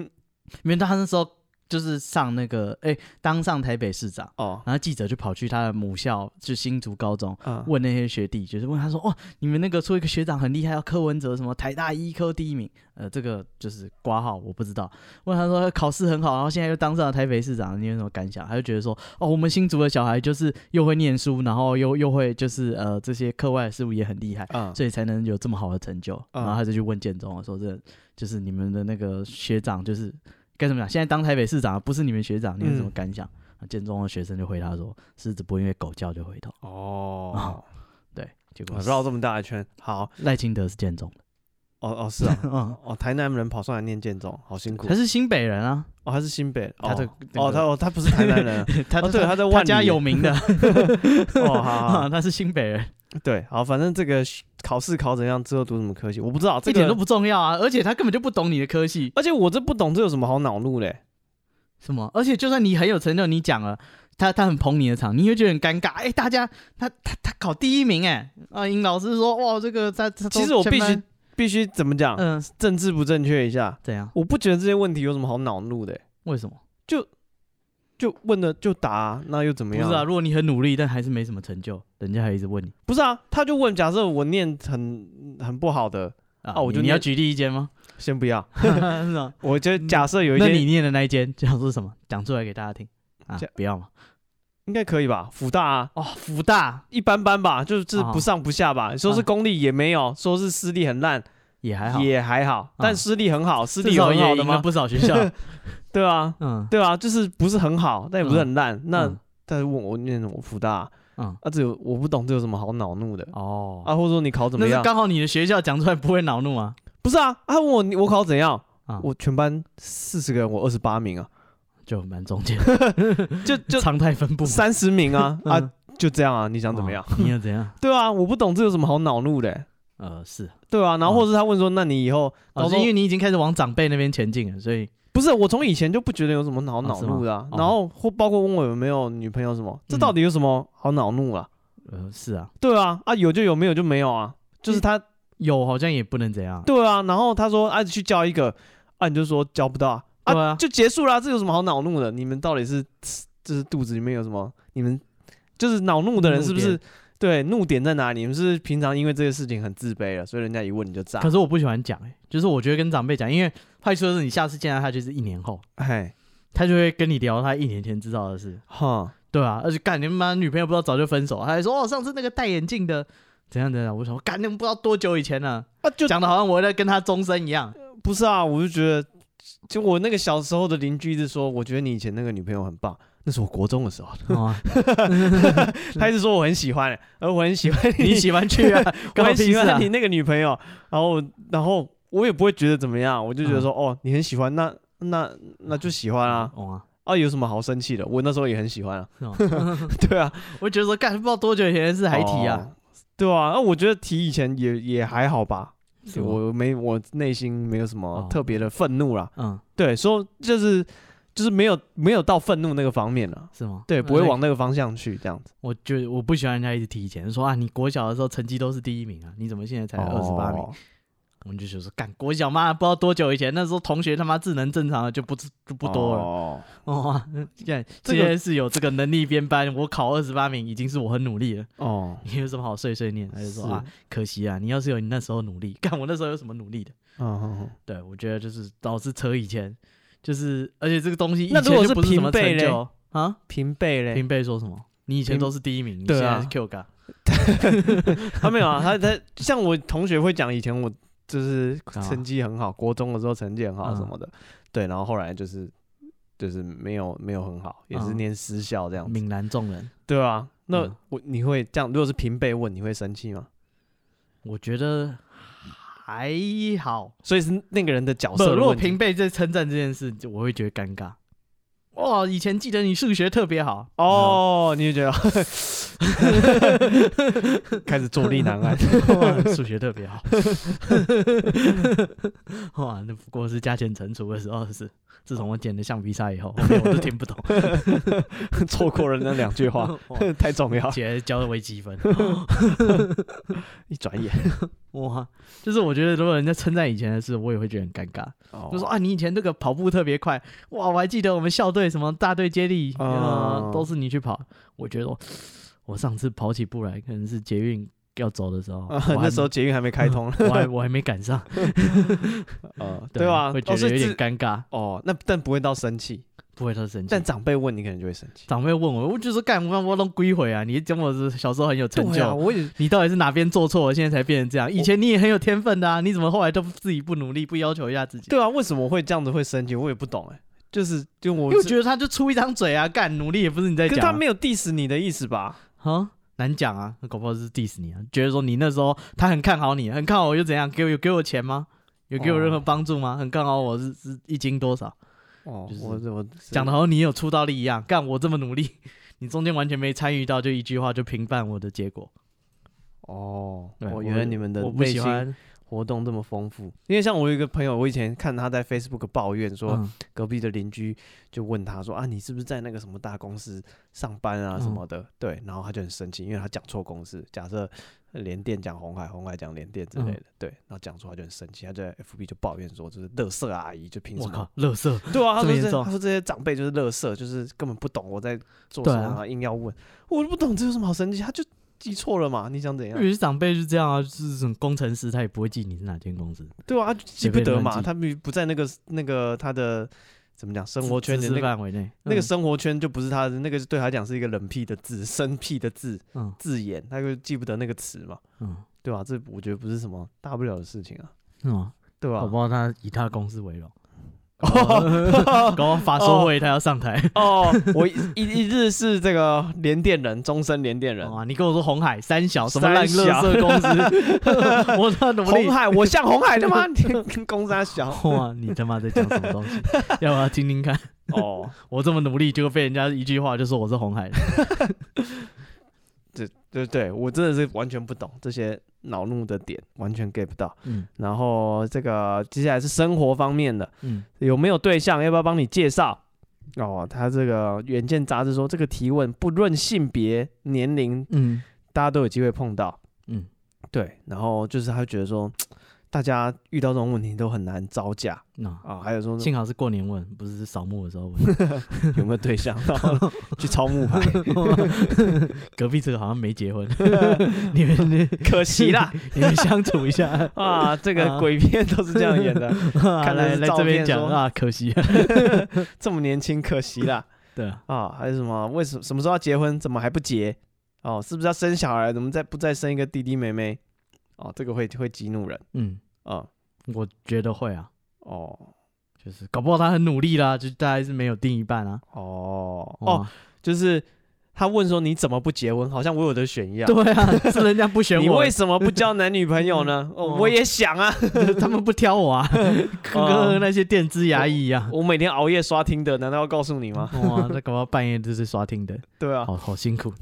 S2: 因为他那时候就是上那个，哎、当上台北市长，
S1: 哦
S2: 然后记者就跑去他的母校，就新竹高中。
S1: 啊
S2: 问那些学弟，就是问他说：“哦，你们那个出一个学长很厉害，叫柯文哲，什么台大医科第一名，呃，这个就是挂号，我不知道。”问他说哎考试很好，然后现在又当上了台北市长，你有什么感想？他就觉得说：“哦，我们新竹的小孩就是又会念书，然后又又会就是呃这些课外的事物也很厉害，
S1: 啊
S2: 所以才能有这么好的成就。”然后他就去问建中说：“这就是你们的那个学长，就是该怎么讲？现在当台北市长不是你们学长，你有什么
S1: 嗯
S2: 感想？”啊建中的学生就回答说：“狮子不会因为狗叫就回头。”
S1: 哦，
S2: 对，结果
S1: 我绕这么大一圈，好
S2: 赖清德是建中的，。
S1: 哦哦是啊
S2: 嗯，
S1: 哦，台南人跑上来念建中，好辛苦
S2: 他。是新北人啊，
S1: 哦，他是新北人，
S2: 他这
S1: 哦
S2: 那
S1: 哦，
S2: 个，
S1: 他哦他不是台南人
S2: 他
S1: 哦对，他在万
S2: 他
S1: 里
S2: 家有 名的，
S1: 哦，好好好
S2: 啊， 他是新北人，
S1: 对，好，反正这个学考试考怎样，之后读什么科系，我不知道，这
S2: 一点都
S1: 个，
S2: 不重要啊，而且他根本就不懂你的科系，
S1: 而且我这不懂，这有什么好恼怒嘞？
S2: 什么？而且就算你很有成就，你讲了。他他很捧你的场，你会觉得很尴尬。哎、大家他他他考第一名哎、啊！尹老师说哇，这个他他都
S1: 其实我必
S2: 全
S1: 须啊
S2: 班
S1: 必须怎么讲，
S2: 嗯
S1: 政治不正确一下，
S2: 怎样？
S1: 我不觉得这些问题有什么好恼怒的，
S2: 为什么？
S1: 就问了就答啊，那又怎
S2: 不
S1: 么
S2: 是
S1: 样？
S2: 啊，，如果你很努力，但还是没什么成就，人家还一直问你
S1: 不是啊，他就问，假设我念很很不好的，
S2: 啊
S1: 啊我就
S2: 你你要
S1: 念
S2: 举例一间 吗？
S1: 先不要，
S2: 是吗？
S1: 我觉得假设有一
S2: 嗯那
S1: 些
S2: 你念的那一间叫做什么？讲出来给大家听啊
S1: 这！
S2: 不要嘛！
S1: 应该可以吧，辅大啊。
S2: 哦，福大
S1: 一般般吧，就是
S2: 哦
S1: 不上不下吧。你说是
S2: 啊
S1: 公立也没有，说是私立很烂
S2: 也还好，嗯
S1: 也还好，但私立很好，私
S2: 至
S1: 立有
S2: 少
S1: 很好
S2: 也
S1: 的
S2: 赢
S1: 吗
S2: 了？不少学校。
S1: 对啊，
S2: 嗯，
S1: 对啊，就是不是很好，但也不是很烂。那
S2: 嗯
S1: 但是问我念我福大啊，
S2: 嗯
S1: 啊这有我不懂，这有什么好恼怒的
S2: 哦，
S1: 啊？或者说你考怎
S2: 那
S1: 么
S2: 是
S1: 样？
S2: 刚好你的学校讲出来不会恼怒啊。
S1: 不是啊，啊问我你我考怎样？
S2: 啊，
S1: 我全班四十个人，我二十八名啊，
S2: 就蛮中 间，
S1: 就就
S2: 常态分布
S1: 三十名 啊
S2: 嗯
S1: 啊，就这样啊，你想怎么样？
S2: 哦你要怎样？
S1: 对啊，我不懂这有什么好恼怒的欸，
S2: 呃，是，
S1: 对啊。然后
S2: 嗯
S1: 或者是他问说，那你以后到
S2: 哦，
S1: 时
S2: 是
S1: 候
S2: 因为你已经开始往长辈那边前进了，所以
S1: 不是我从以前就不觉得有什么好恼怒的啊
S2: 是吗，哦
S1: 然后或包括问我有没有女朋友什么，这
S2: 嗯
S1: 到底有什么好恼怒啊？
S2: 呃，是啊，
S1: 对啊，啊有就有，没有就没有啊，
S2: 嗯
S1: 就是他
S2: 有好像也不能怎样。
S1: 对啊，然后他说啊去交一个，啊你就说交不到啊，啊
S2: 对啊
S1: 就结束啦、这有什么好恼怒的？你们到底是就是肚子里面有什么？你们就是恼怒的人是不
S2: 怒
S1: 是
S2: 点？
S1: 对，怒点在哪里？你们是不是平常因为这个事情很自卑了，所以人家一问你就炸
S2: 可。是我不喜欢讲，哎，就是我觉得跟长辈讲，因为坏处是你下次见到他就是一年后，
S1: 哎，
S2: 他就会跟你聊他一年前知道的事。
S1: 哈，
S2: 对啊，而且干你妈女朋友不知道早就分手，他还说哦上次那个戴眼镜的怎样怎样，我想说干你们不知道多久以前了、
S1: 啊就
S2: 讲的好像我在跟他终身 一样。
S1: 不是啊，我就觉得，就我那个小时候的邻居一直说，我觉得你以前那个女朋友很棒，那是我国中的时候，
S2: 哦、
S1: 他一直说我很喜欢、而我很喜欢
S2: 你喜欢去 啊？
S1: 我
S2: 跟我
S1: 很
S2: 屁
S1: 喜
S2: 事啊
S1: 欢你那个女朋友，然后然后我也不会觉得怎么样，我就觉得
S2: 嗯
S1: 说、哦，你很喜欢，那那那就喜欢啊，
S2: 哦啊，
S1: 啊有什么好生气的？我那时候也很喜欢啊，
S2: 是吗
S1: 对啊，
S2: 我觉得说干不知道多久以前的事还提啊，
S1: 哦，对啊，那我觉得提以前也也还好吧，
S2: 是吗
S1: 我没我内心没有什么
S2: 哦
S1: 特别的愤怒啦，
S2: 嗯，
S1: 对，说就是就是没有没有到愤怒那个方面了。
S2: 是吗？
S1: 对，不会
S2: 那
S1: 往那个方向去，这样子。
S2: 我觉得我不喜欢人家一直提以前说啊，你国小的时候成绩都是第一名啊，你怎么现在才二十八名？
S1: 哦
S2: 我们就觉得说干国小嘛，不知道多久以前，那时候同学他妈智能正常的就不就不多了。
S1: 哦
S2: 哇，看，
S1: 这
S2: 这
S1: 个
S2: 个是有这个能力编班，我考二十八名已经是我很努力了。
S1: 哦，
S2: 你有什么好碎碎念？他就说
S1: 是
S2: 啊，可惜啊，你要是有你那时候努力， 干我那时候有什么努力的？
S1: 嗯嗯嗯
S2: 对，我觉得就是老是扯以前，就是而且这个东西以
S1: 那
S2: 前
S1: 如果
S2: 就是不是什么
S1: 平辈
S2: 成
S1: 嘞
S2: 就啊。
S1: 平辈嘞，
S2: 平辈说什么？你以前
S1: 平
S2: 都是第一名，你
S1: 对
S2: 现在
S1: 啊
S2: 是 Q 嘎，
S1: 他没有啊，他他像我同学会讲，以前我就是
S2: 啊
S1: 成绩很好，国中的时候成绩很好
S2: 嗯
S1: 什么的，对，然后后来就是就是没有没有很好，也是
S2: 嗯
S1: 念私校这样子，
S2: 泯然众人。
S1: 对啊，那
S2: 嗯
S1: 我你会这样，如果是平辈问，你会生气吗？
S2: 我觉得还好，
S1: 所以是那个人的角
S2: 不，
S1: 色
S2: 如
S1: 的
S2: 果
S1: 问题
S2: 平辈在称赞这件事，我会觉得尴尬。哇，以前记得你数学特别好，
S1: 哦，
S2: 嗯
S1: 你就觉得 开始坐立难 安，
S2: 哇，数学特别好。 哇，那不过是加减乘除的时候的事。自从我剪了橡皮擦以后，后面我都听不懂。
S1: 错过了那两句 话，
S2: 哇
S1: 太重要了，
S2: 姐教微积分，
S1: 一转眼，
S2: 哇，就是我觉得如果人家称赞以前的事，我也会觉得很尴尬。
S1: 哦
S2: 就说啊，你以前那个跑步特别快，哇，我还记得我们校队什么大队接力，啊、
S1: 哦
S2: 都是你去跑。我觉得我我上次跑起步来，可能是捷运要走的时候，
S1: 啊
S2: 我还
S1: 那时候捷运还没开通，
S2: 我还我还没赶上，
S1: 呃，对吧？
S2: 会
S1: 哦
S2: 觉
S1: 所
S2: 得
S1: 以
S2: 有点
S1: 自
S2: 尴尬，
S1: 哦，那但不会到生气，
S2: 不会特生气。
S1: 但长辈问你可能就会生气。
S2: 长辈问我，我就说干我我弄归回啊！你讲我是小时候很有成
S1: 对
S2: 就，
S1: 啊，我也
S2: 你到底是哪边做错了，现在才变成这样？以前你也很有天分的啊，你怎么后来都自己不努力，不要求一下自己？
S1: 对啊，为什么会这样子会生气？我也不懂哎，就是就我
S2: 因为我
S1: 是
S2: 觉得他就出一张嘴啊，干努力也不是你在
S1: 可
S2: 讲
S1: 是
S2: 啊、
S1: 他没有 diss 你的意思吧？
S2: 啊，难讲啊，搞不好是 diss 你啊，觉得说你那时候他很看好你，很看好我又怎样？给我有给我钱吗？有给我任何帮助吗？很看好我是是一斤多少？
S1: 哦
S2: 就是，
S1: 我我
S2: 讲的好像你有出到力一样，干我这么努力，你中间完全没参与到，就一句话就评判我的结果。
S1: 哦，
S2: 对
S1: 我原来你们的
S2: 我不
S1: 内
S2: 喜
S1: 心
S2: 欢
S1: 活动这么丰富，因为像我有一个朋友，我以前看他在 Facebook 抱怨说，
S2: 嗯
S1: 隔壁的邻居就问他说啊，你是不是在那个什么大公司上班啊
S2: 嗯
S1: 什么的？对，然后他就很生气，因为他讲错公司，假设呃联电讲红海，红海讲联电之类的，对，然后讲错他就很生气，他就在 FB 就抱怨说，就是乐色阿姨，就凭什
S2: 我
S1: 么
S2: 靠，？乐色，
S1: 对啊，他
S2: 这
S1: 说
S2: 么严
S1: 这
S2: 重
S1: 他说这些长辈就是乐色，就是根本不懂我在做
S2: 对
S1: 什
S2: 啊
S1: 么，然后硬要问，我就不懂这有什么好生气，他就记错了嘛，你想怎
S2: 因
S1: 样
S2: 为？有些长辈是这样啊，就是这种工程师，他也不会记你是哪间公司，
S1: 对啊，他就记
S2: 随
S1: 不
S2: 便
S1: 得
S2: 乱
S1: 嘛，
S2: 记
S1: 他不不在那个那个他的怎么讲生活圈的
S2: 知
S1: 那
S2: 识
S1: 个
S2: 范围内，
S1: 那个
S2: 嗯
S1: 生活圈就不是他的，那个是对他讲是一个冷僻的字、生僻的字
S2: 嗯
S1: 字眼，他就记不得那个词嘛，
S2: 嗯
S1: 对吧、这我觉得不是什么大不了的事情啊，
S2: 是吗？
S1: 对吧、
S2: 搞不好他以他的公司为 荣，
S1: 哦
S2: 搞不好法说会他要上台。
S1: 哦，我一一一日是这个联电人，终身联电 人。
S2: 哇！你跟我说红海三小什么
S1: 三
S2: 烂
S1: 小
S2: 垃圾公 司，我那努力
S1: 红。海，我像红海的 吗？你跟公司小
S2: 哇！你他妈在讲什么东西？ 要不要听听看？
S1: 哦，
S2: 我这么努力，结果被人家一句话就说我是 红海的。
S1: 对对，我真的是完全不懂这些恼怒的点，完全 get 不到。
S2: 嗯
S1: 然后这个接下来是生活方面的，
S2: 嗯，
S1: 有没有对象，要不要帮你介绍？哦，他这个《远见》杂志说，这个提问不论性别、年龄，
S2: 嗯
S1: 大家都有机会碰到。
S2: 嗯，
S1: 对。然后就是他觉得说，大家遇到这种问题都很难招架
S2: 那
S1: 啊、还有 说
S2: 幸好是过年问，不是扫墓的时 候问。
S1: 有没有对 象，然后去抄木牌，
S2: 隔壁这个好像没结婚， 你们你
S1: 可惜 啦。
S2: 你们相处一 下。
S1: 啊，这个鬼片都是这样演 的，
S2: 看
S1: 来
S2: 来来
S1: 照
S2: 这边
S1: 片
S2: 讲
S1: 说
S2: 啊，可惜。
S1: 这么年轻，可惜啦。
S2: 对啊，
S1: 啊，还有什么？为什么什么时候要结婚？怎么还不结？哦，是不是要生小孩？怎么再不再生一个弟弟妹妹？哦，这个会会激怒人
S2: 嗯，
S1: 啊、
S2: 我觉得会啊，
S1: 哦
S2: 就是搞不好他很努力啦，就大概是没有定一半啊。
S1: 哦哦，，就是他问说你怎么不结婚？好像我有的选一样。
S2: 对啊， 是人家不选
S1: 你
S2: 我
S1: 为，什么不交男女朋友 呢？哦，
S2: 哦
S1: 我也想啊，
S2: 他们不挑我 啊，跟那些电之牙医一样。
S1: 我每天熬夜刷听的，难道要告诉你吗？
S2: 哇，那搞不好半夜就是刷听的，
S1: 对啊，
S2: 好嗯好辛苦，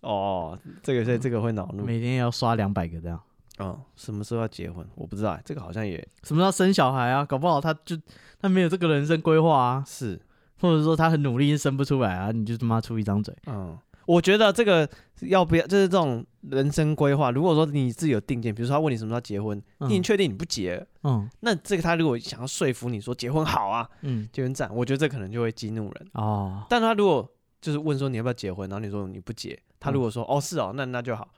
S1: 哦，这个这这个会恼怒。
S2: 每天要刷两百个这样。
S1: 嗯，什么时候要结婚？我不知道欸，这个好像也
S2: 什么叫生小孩啊？搞不好他就他没有这个人生规划啊，
S1: 是。
S2: 或者说他很努力生不出来啊，你就他妈出一张嘴。
S1: 嗯，我觉得这个要不要就是这种人生规划。如果说你自己有定见，比如说他问你什么时候结婚，你已经
S2: 嗯
S1: 确定你不结了，
S2: 嗯
S1: 那这个他如果想要说服你说结婚好啊，
S2: 嗯
S1: 结婚赞，我觉得这可能就会激怒人。
S2: 哦，
S1: 但他如果就是问说你要不要结婚，然后你说你不结，他如果说、哦是哦，那那就好，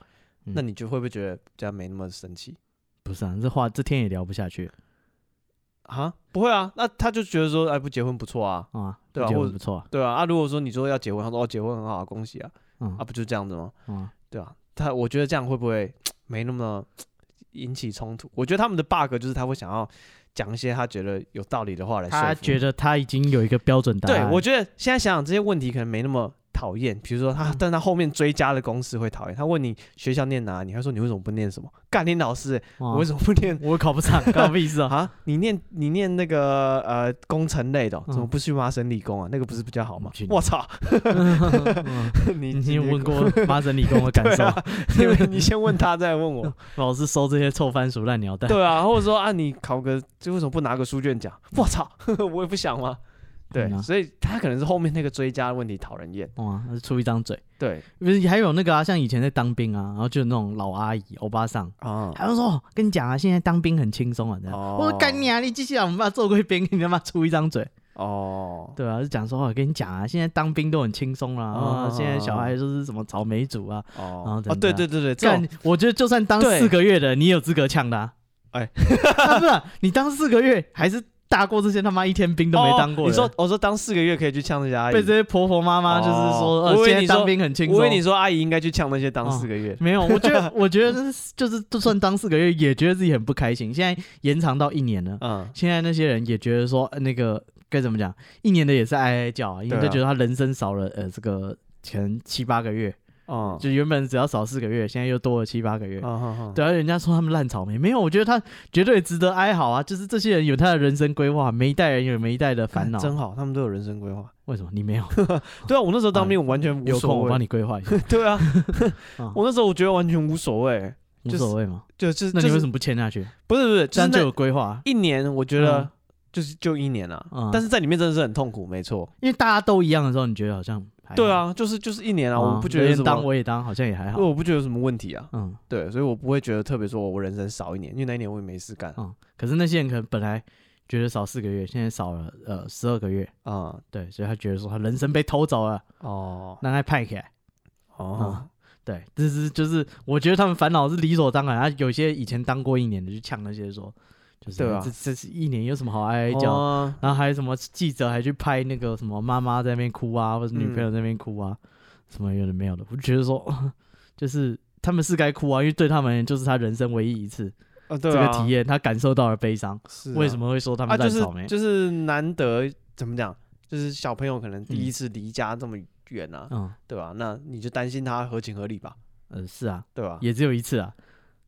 S2: 嗯
S1: 那你就会不会觉得比较没那么生气
S2: 不是啊，这话这天也聊不下去
S1: 啊？不会啊，那他就觉得说哎不结婚不错啊，
S2: 啊。
S1: 对对啊，
S2: 我觉得
S1: 或
S2: 很
S1: 者
S2: 不错啊，
S1: 对啊啊，如果说你说要结婚，他说哦结婚很好啊，恭喜啊，
S2: 嗯
S1: 啊不就这样子吗？
S2: 嗯，
S1: 对啊，他我觉得这样会不会没那么引起冲突？我觉得他们的 bug 就是他会想要讲一些他觉得有道理的话来说服
S2: 他
S1: 你。
S2: 觉得他已经有一个标准答
S1: 对
S2: 案，，
S1: 我觉得现在想想这些问题可能没那么讨厌，比如说
S2: 嗯
S1: 他，但他后面追加的公式会讨厌。他问你学校念哪，你还说你为什么不念什么？干你老师欸、
S2: 嗯
S1: 我为什么不念？
S2: 我考不上，关我屁事 啊！
S1: 啊，你念你念那个呃工程类的哦，
S2: 嗯
S1: 怎么不去麻省理工啊？那个不是比较好吗
S2: 去？你
S1: 我操，
S2: 嗯
S1: 你
S2: 你有问
S1: 问
S2: 过麻省理工的感受
S1: 对？啊因为你先问他，再问我。
S2: 老是收这些臭番薯烂鸟 蛋，
S1: 对啊，或者说啊，你考个，就为什么不拿个书卷奖？ 我操，我也不想嘛。对，
S2: 嗯啊
S1: 所以他可能是后面那个追加的问题讨人厌。
S2: 哇，他是出一张嘴。
S1: 对
S2: 不是还有那个啊，像以前在当兵啊，然后就那种老阿姨、欧巴桑，
S1: 啊，
S2: 还有说哦跟你讲啊，现在当兵很轻松啊，这样。
S1: 哦
S2: 我说干你啊，你继续啊，我们爸做贵兵，你他妈出一张嘴，
S1: 哦，
S2: 对啊，就讲说，我跟你讲啊，现在当兵都很轻松啦，
S1: 哦
S2: 啊，现在小孩就是什么草莓族啊，
S1: 哦，
S2: 然后
S1: 哦，
S2: 等
S1: 对对
S2: 等
S1: 对对，这
S2: 干
S1: 种，
S2: 我觉得就算当
S1: 对
S2: 四个月的，你也有资格呛他、啊，
S1: 哎
S2: 啊，不是啊、你当四个月还是大过这些他妈一天兵都没当过、
S1: 哦你说，我说当四个月可以去呛那些阿姨，
S2: 被这些婆婆妈妈就是说，
S1: 哦
S2: 呃，
S1: 我以为
S2: 现在
S1: 你说
S2: 当兵很轻松，
S1: 我跟你说，阿姨应该去呛那些当四个月。
S2: 没有，我觉 得我觉得这是就是就算当四个月，也觉得自己很不开心。现在延长到一年了，
S1: 嗯，
S2: 现在那些人也觉得说、呃那个该怎么讲，一年的也是哀哀叫、啊，因为
S1: 对啊
S2: 就觉得他人生少了呃这个可能七八个月，
S1: 哦，
S2: 就原本只要少四个月，现在又多了七八个月。
S1: 哦，
S2: 对啊，人家说他们烂草莓，没有，我觉得他绝对值得哀嚎啊！就是这些人有他的人生规划，每一代人有每一代的烦恼。
S1: 真好，他们都有人生规划。
S2: 为什么你没有？
S1: 对啊，我那时候当兵，我完全无
S2: 有空
S1: 所
S2: 我帮
S1: 谓。
S2: 你规划一下，
S1: 对啊
S2: 啊，
S1: 我那时候我觉得完全无所谓，
S2: 无
S1: 就是
S2: 所谓嘛。
S1: 就就是
S2: 那你
S1: 就
S2: 为
S1: 是
S2: 什么不签下去？
S1: 不是不是，
S2: 这
S1: 就是
S2: 样就
S1: 那
S2: 有规划啊，
S1: 一年，我觉
S2: 嗯
S1: 得就是就一年啊
S2: 嗯，
S1: 但是在里面真的是很痛苦，没错。
S2: 因为大家都一样的时候，你觉得好像还好
S1: 对啊，就是就是一
S2: 嗯
S1: 年啊，我不觉得
S2: 别
S1: 有
S2: 人
S1: 什
S2: 当
S1: 么，
S2: 我也当，好像也还好
S1: 对。我不觉得有什么问题啊。
S2: 嗯
S1: 对，所以我不会觉得特别说我人生少一年，因为那一年我也没事干
S2: 嗯，可是那些人可能本来觉得少四个月，现在少了呃十二个月，
S1: 啊。
S2: 对，所以他觉得说他人生被偷走了，
S1: 哦
S2: 让他派起来。嗯
S1: 哦
S2: 对，这是就是我觉得他们烦恼是理所当然。啊，有些以前当过一年的就呛那些说，就是
S1: 对啊
S2: 这这是一年有什么好哀哀叫？
S1: 哦，
S2: 然后还有什么记者还去拍那个什么妈妈在那边哭啊，或者女朋
S1: 嗯
S2: 友在那边哭啊，什么有的没有的，我就觉得说就是他们是该哭啊，因为对他们就是他人生唯一一次。
S1: 啊对
S2: 这
S1: 啊
S2: 个体验，他感受到了悲伤。
S1: 是啊
S2: 为什么会说他
S1: 啊？
S2: 们
S1: 就
S2: 烂
S1: 是
S2: 草莓？
S1: 就是难得怎么讲，就是小朋友可能第一次离家这么远啊，
S2: 嗯，
S1: 对吧？那你就担心他合情合理吧，
S2: 呃，是啊，
S1: 对吧？
S2: 也只有一次啊，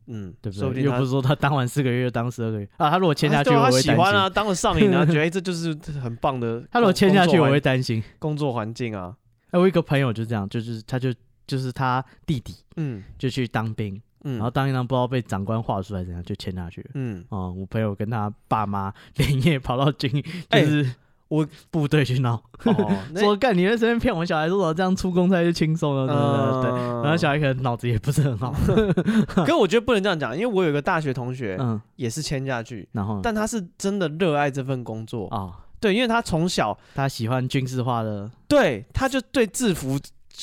S1: 嗯，
S2: 对不
S1: 说
S2: 对？
S1: 定
S2: 又
S1: 他
S2: 不是说他当完四个月就当十二个月啊。他如果签下去，
S1: 啊对啊
S2: 我
S1: 他
S2: 会
S1: 喜
S2: 担
S1: 欢
S2: 心。
S1: 啊，当了上瘾啊，觉 得哎这就是很棒的。
S2: 他如果签下去，
S1: 工作
S2: 我会
S1: 环
S2: 担心。
S1: 工作环境啊，
S2: 哎，我有一个朋友就这样，就是他就就是他弟弟
S1: 嗯
S2: 就去当兵，
S1: 嗯，
S2: 然后当一当不知道被长官话术还是怎样，就签下去了。
S1: 嗯，
S2: 哦、我朋友跟他爸妈连夜跑到 军，就
S1: 哎
S2: 是
S1: 我
S2: 部队去闹，
S1: 哦，那
S2: 说干你在随便骗我小孩，说我这样出公差就轻松了，对呃对对对。
S1: 嗯
S2: 然后小孩可能脑子也不是 很好，
S1: 可我觉得不能这样讲，因为我有个大学同学
S2: 嗯，
S1: 也是签下去，
S2: 然后呢
S1: 但他是真的热爱这份工作，
S2: 哦，
S1: 对，因为他从小
S2: 他喜欢军事化的，
S1: 对他就对制服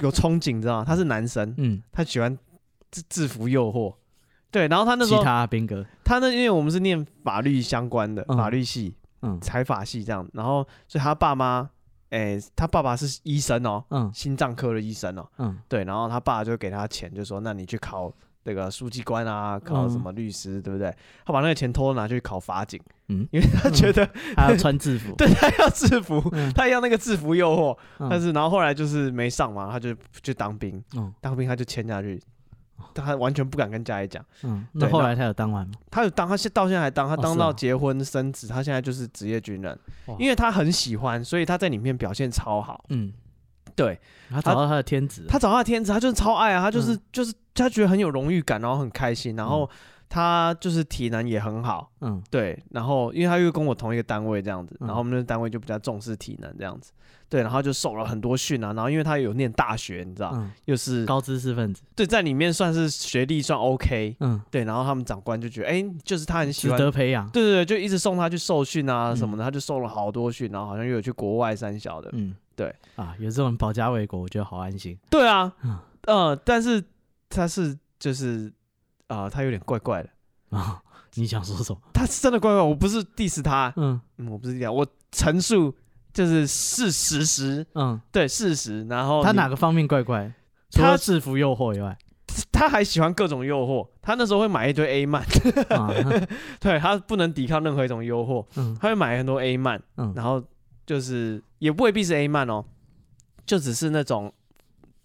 S1: 有憧憬，你知道吗？他是男生，
S2: 嗯，
S1: 他喜欢制制服诱惑。对，然后他那时
S2: 其
S1: 候，他
S2: 他兵哥，
S1: 那因为我们是念法律相关的，
S2: 嗯
S1: 法律系、
S2: 嗯
S1: 财法系这样，然后所以他爸妈，哎、他爸爸是医生哦，
S2: 嗯
S1: 心脏科的医生哦，
S2: 嗯
S1: 对，然后他爸就给他钱，就说那你去考那个书记官啊，考什么律师，对不对？他把那个钱偷偷拿去考法警，
S2: 嗯
S1: 因为他觉得
S2: 他要穿制服，
S1: 对他要制服，
S2: 嗯
S1: 他要那个制服诱惑，
S2: 嗯
S1: 但是然后后来就是没上嘛，他就去当兵，
S2: 嗯哦
S1: 当兵他就签下去，他完全不敢跟家里讲，
S2: 嗯，那
S1: 对
S2: 后来他有当完吗？
S1: 他有当，他现到现在还当，他
S2: 哦
S1: 当
S2: 是
S1: 到
S2: 哦
S1: 结婚生子，他现在就是职业军人
S2: 哇，
S1: 因为他很喜欢，所以他在里面表现超好，
S2: 嗯，
S1: 对。
S2: 他找到他的天职了，
S1: 他找到的天职，他就是超爱啊，他
S2: 嗯
S1: 就是、就是他觉得很有荣誉感，然后很开心，然后他就是体能也很好，
S2: 嗯
S1: 对，然后因为他又跟我同一个单位这样子，
S2: 嗯
S1: 然后我们那个单位就比较重视体能这样子，对，然后就受了很多训啊，然后因为他有念大学，你知道，
S2: 嗯，
S1: 又啊是
S2: 高知识分子，
S1: 对在里面算是学历算 OK，
S2: 嗯，
S1: 对，然后他们长官就觉得，哎、就是他很喜
S2: 值
S1: 欢。
S2: 得培养，
S1: 对对对，就一直送他去受训啊
S2: 嗯
S1: 什么的，他就受了好多训，然后好像又有去国外三小的，
S2: 嗯，
S1: 对
S2: 啊，有这种保家卫国，我觉得好安心，
S1: 对啊
S2: 嗯，
S1: 呃，但是他是就是啊、他有点怪怪的，
S2: 啊，你想说什么？
S1: 他是真的怪怪，我不是 diss 他，
S2: 嗯
S1: 嗯，我不是 diss 他，我陈述就是是事实，
S2: 嗯，
S1: 对事实。然后
S2: 他
S1: 哦你
S2: 哪个方面怪怪？除
S1: 他
S2: 了制服诱惑 以外，
S1: 他还喜欢各种诱惑，他那时候会买一堆 A 漫，
S2: 啊，
S1: 对他不能抵抗任何一种诱惑，
S2: 嗯
S1: 他会买很多 A 漫，
S2: 嗯
S1: 然后就是也未必是 A 漫哦，就只是那种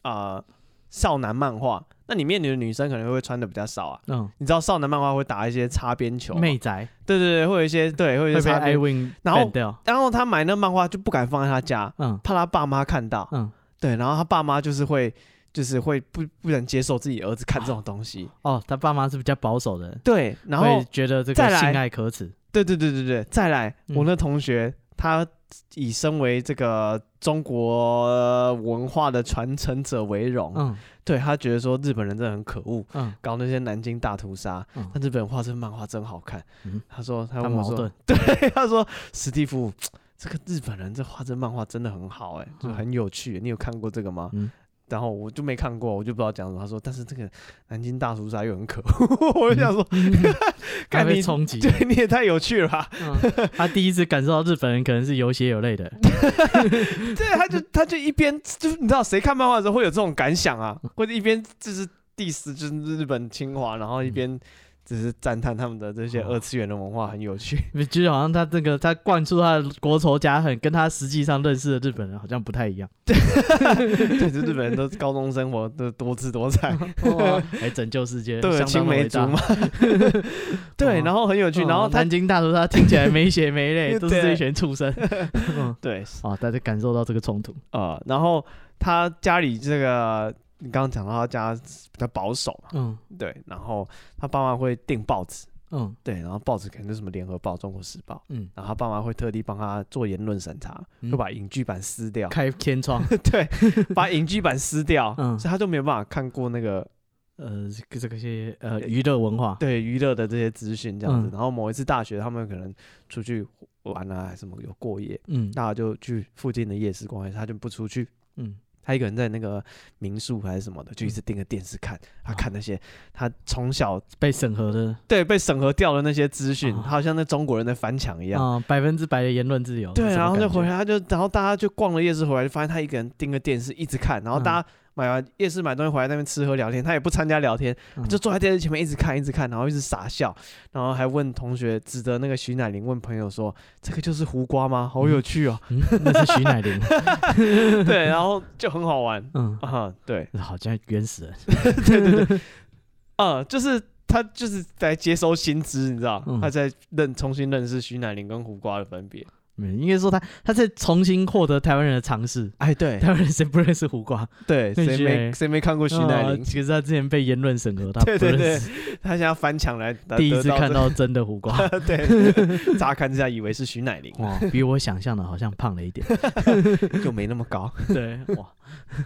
S1: 啊少男漫画，那里面的女生可能会穿的比较少啊。
S2: 嗯，
S1: 你知道少男漫画会打一些擦边球嘛，
S2: 妹宅
S1: 对对对，会有一些对，会有
S2: 会
S1: 一些
S2: 被
S1: 擦
S2: I
S1: 边。
S2: win
S1: 然后
S2: 掉，
S1: 然后他买那漫画就不敢放在他家，
S2: 嗯
S1: 怕他爸妈看到。
S2: 嗯，
S1: 对，然后他爸妈就是会，就是会不不能接受自己儿子看这种东西。
S2: 哦，他爸妈是比较保守的人，
S1: 对，然后
S2: 会觉得这
S1: 再
S2: 个
S1: 来
S2: 性爱可耻，
S1: 对对对对对，再来，
S2: 嗯
S1: 我那同学他以身为这个中国文化的传承者为荣，
S2: 嗯
S1: 对他觉得说日本人真的很可恶。
S2: 嗯，
S1: 搞那些南京大屠杀，
S2: 嗯
S1: 但日本人画这漫画真好看。
S2: 嗯
S1: 他说，他
S2: 他
S1: 问我
S2: 矛
S1: 说，
S2: 盾，
S1: 他说：“史蒂夫，这个日本人这画这漫画真的很好、哎，就
S2: 嗯
S1: 很有趣。你有看过这个吗？”
S2: 嗯
S1: 然后我就没看过，我就不知道讲什么。他说：“但是这个南京大屠杀又很可恶。” 我就想说，
S2: 嗯他
S1: 看
S2: 被
S1: 你，
S2: 冲击，
S1: 对，你也太有趣了吧？
S2: 嗯他第一次感受到日本人可能是有血有 泪的，
S1: 对，他就他就一边就是你知道，谁看漫画的时候会有这种感想啊，
S2: 嗯
S1: 或者一边就是 diss 就是日本侵华，然后一边只是赞叹他们的这些
S2: 嗯哦
S1: 二次元的文化很有趣。
S2: 就是好像他这个他灌输他的国仇家恨，跟他实际上认识的日本人好像不太一样，
S1: 对，就日本人都是高中生活都多姿多彩。
S2: 来拯救世界，
S1: 对，
S2: 哦相
S1: 青
S2: 当的
S1: 梅
S2: 伟
S1: 竹
S2: 大。
S1: 马， 对，然后很有趣，然后
S2: 哦
S1: 他
S2: 南京大屠杀听起来没血没泪，
S1: 对
S2: 都是这一群畜生。嗯，
S1: 对
S2: 哦，大家感受到这个冲突。
S1: 呃，然后他家里这个你刚刚讲到他家比较保守嘛，
S2: 嗯
S1: 对，然后他爸妈会订报纸，
S2: 嗯
S1: 对，然后报纸可能就是什么联合报、中国时报，
S2: 嗯，
S1: 然后他爸妈会特地帮他做言论审查，
S2: 嗯
S1: 会把影剧版撕掉，
S2: 开天窗，
S1: 对，把影剧版撕掉，
S2: 嗯
S1: 所以他就没有办法看过那个
S2: 呃，这个这个些呃娱乐文化，
S1: 对娱乐的这些资讯这样子。
S2: 嗯
S1: 然后某一次大学，他们可能出去玩啊，还是什么有过夜，
S2: 嗯
S1: 那他就去附近的夜市逛一下，他就不出去，
S2: 嗯
S1: 他一个人在那个民宿还是什么的，就一直盯着电视看。他看那些他从小
S2: 被审核的
S1: 对被审核掉的那些资讯，
S2: 啊
S1: 他好像那中国人在翻墙一样。
S2: 啊，百分之百的言论自由。
S1: 对，
S2: 是什么
S1: 然后就
S2: 感觉
S1: 回来，他就然后大家就逛了夜市回来，就发现他一个人盯着电视一直看，然后大家。买完夜市买东西回来，那边吃喝聊天，他也不参加聊天，
S2: 嗯
S1: 他就坐在电视前面一直看，一直看，然后一直傻笑，然后还问同学，指着那个徐乃麟问朋友说：“这个就是胡瓜吗？好有趣 哦。
S2: 嗯那是徐乃麟。
S1: 对，然后就很好玩
S2: 嗯，
S1: 啊哈，对，
S2: 好像原始人。
S1: 呃，就是他就是在接收新知，你知道，
S2: 嗯
S1: 他在认重新认识徐乃麟跟胡瓜的分别。
S2: 嗯应该说他他在重新获得台湾人的尝试。
S1: 哎，对
S2: 台湾人谁不认识胡瓜？
S1: 对，
S2: 那
S1: 谁
S2: 些
S1: 没谁没看过徐乃
S2: 哦
S1: 麟？
S2: 其实他之前被言论审核，他
S1: 对
S2: 不
S1: 对
S2: 认
S1: 对
S2: 识。，
S1: 嗯他现在翻墙来得
S2: 第一
S1: 得
S2: 次
S1: 到
S2: 看
S1: 这
S2: 到真的 胡瓜，
S1: 个对，乍看之下以为是徐乃麟，啊
S2: 哇，比我想象的好像胖了一点。
S1: 哦就没那么高。
S2: 对，哇，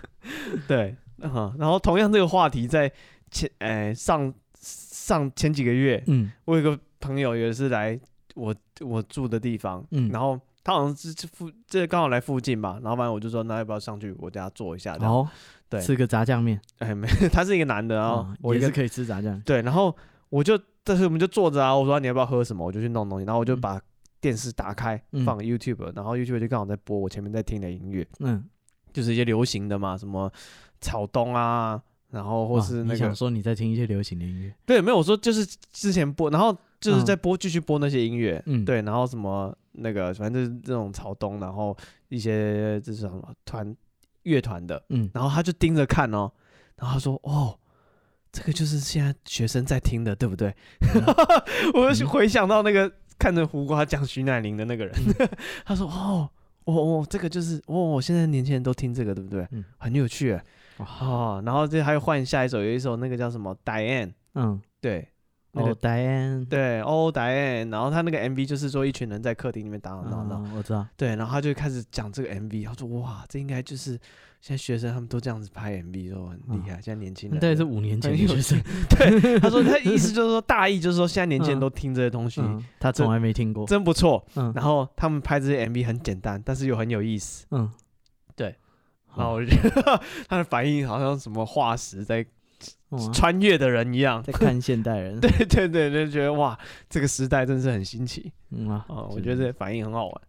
S1: 对，嗯，然后同样这个话题在前哎上上前几个月，
S2: 嗯
S1: 我有个朋友也是来我我住的地方，
S2: 嗯，
S1: 然后他好像是这附这刚好来附近吧，然后反正我就说那要不要上去我家坐一下？然后
S2: 好，
S1: 对
S2: 吃个炸酱面，
S1: 哎没， 他是一个男的，然后
S2: 啊
S1: 我一
S2: 也
S1: 个、
S2: 是可以吃炸酱面。
S1: 对，然后我就但是我们就坐着啊，我说你要不要喝什么？我就去弄东西，然后我就
S2: 嗯
S1: 把电视打开、
S2: 嗯
S1: 放 YouTube，然后 YouTube 就刚好在播我前面在听的音乐，
S2: 嗯，
S1: 就是一些流行的嘛，什么草东啊，然后 或
S2: 哇
S1: 是那
S2: 你
S1: 个、
S2: 想说你在听一些流行的音乐，
S1: 对，没有我说就是之前播，然后就是
S2: 嗯
S1: 在播继续播那些音乐，
S2: 嗯，，
S1: 对，然后什么那个，反正就是这种朝东，然后一些这是什么团乐团的，
S2: 嗯，
S1: 然后他就盯着看哦，然后他说：“哦，这个就是现在学生在听的，对不对？” 我就
S2: 嗯
S1: 回想到那个看着胡瓜讲徐乃麟的那个人，
S2: 嗯
S1: 他说：“哦，哦哦，这个就是哦，现在年轻人都听这个，对不对？
S2: 嗯
S1: 很有趣耶
S2: 哇，
S1: 哦。”然后这还有换下一首，有一首那个叫什么《Diane》，
S2: 嗯，
S1: 对，那个
S2: 哦，Diane，
S1: 对，哦，Diane，然后他那个 MV 就是说一群人在客厅里面打打闹闹，
S2: 嗯，我知道，
S1: 对，然后他就开始讲这个 MV，他说哇，这应该就是现在学生他们都这样子拍 MV 都很厉害，现在年轻人
S2: 大概是五年前的
S1: 很有
S2: 学生，
S1: 对，他说他意 思就是说大意就是说现在年轻人
S2: 嗯
S1: 都听这些东西，
S2: 嗯，他从来没听过，
S1: 真不错。
S2: 嗯
S1: 然后他们拍这些 MV 很简单，但是又很有意思。
S2: 嗯，
S1: 对
S2: 好，
S1: 然后我就觉得他的反应好像什么化石在
S2: 哦哇
S1: 穿越的人一样。
S2: 在看现代人，
S1: 对 对哦对，就觉得哇，这个时代真是很新奇
S2: 嗯啊
S1: 啊、我觉得这反应很好玩。啊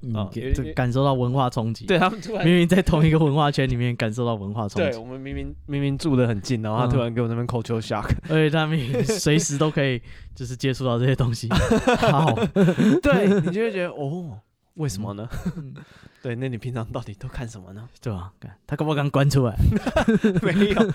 S2: 嗯，
S1: 因
S2: 给
S1: 为
S2: 这感受到文化冲击。，
S1: 对他 们突然
S2: 明，明在同一个文化圈里面感受到文化冲
S1: 对
S2: 击，
S1: 我们明明明明住得很近，然后他突然给我那边 culture shock，
S2: 而且他 们也随时都可以就是接触到这些东西。好，
S1: 对你就会觉得哦，为什么嗯呢？ 对，那你平常到底都看什么 呢？
S2: 对吧？干他刚不刚关出来？
S1: 没有，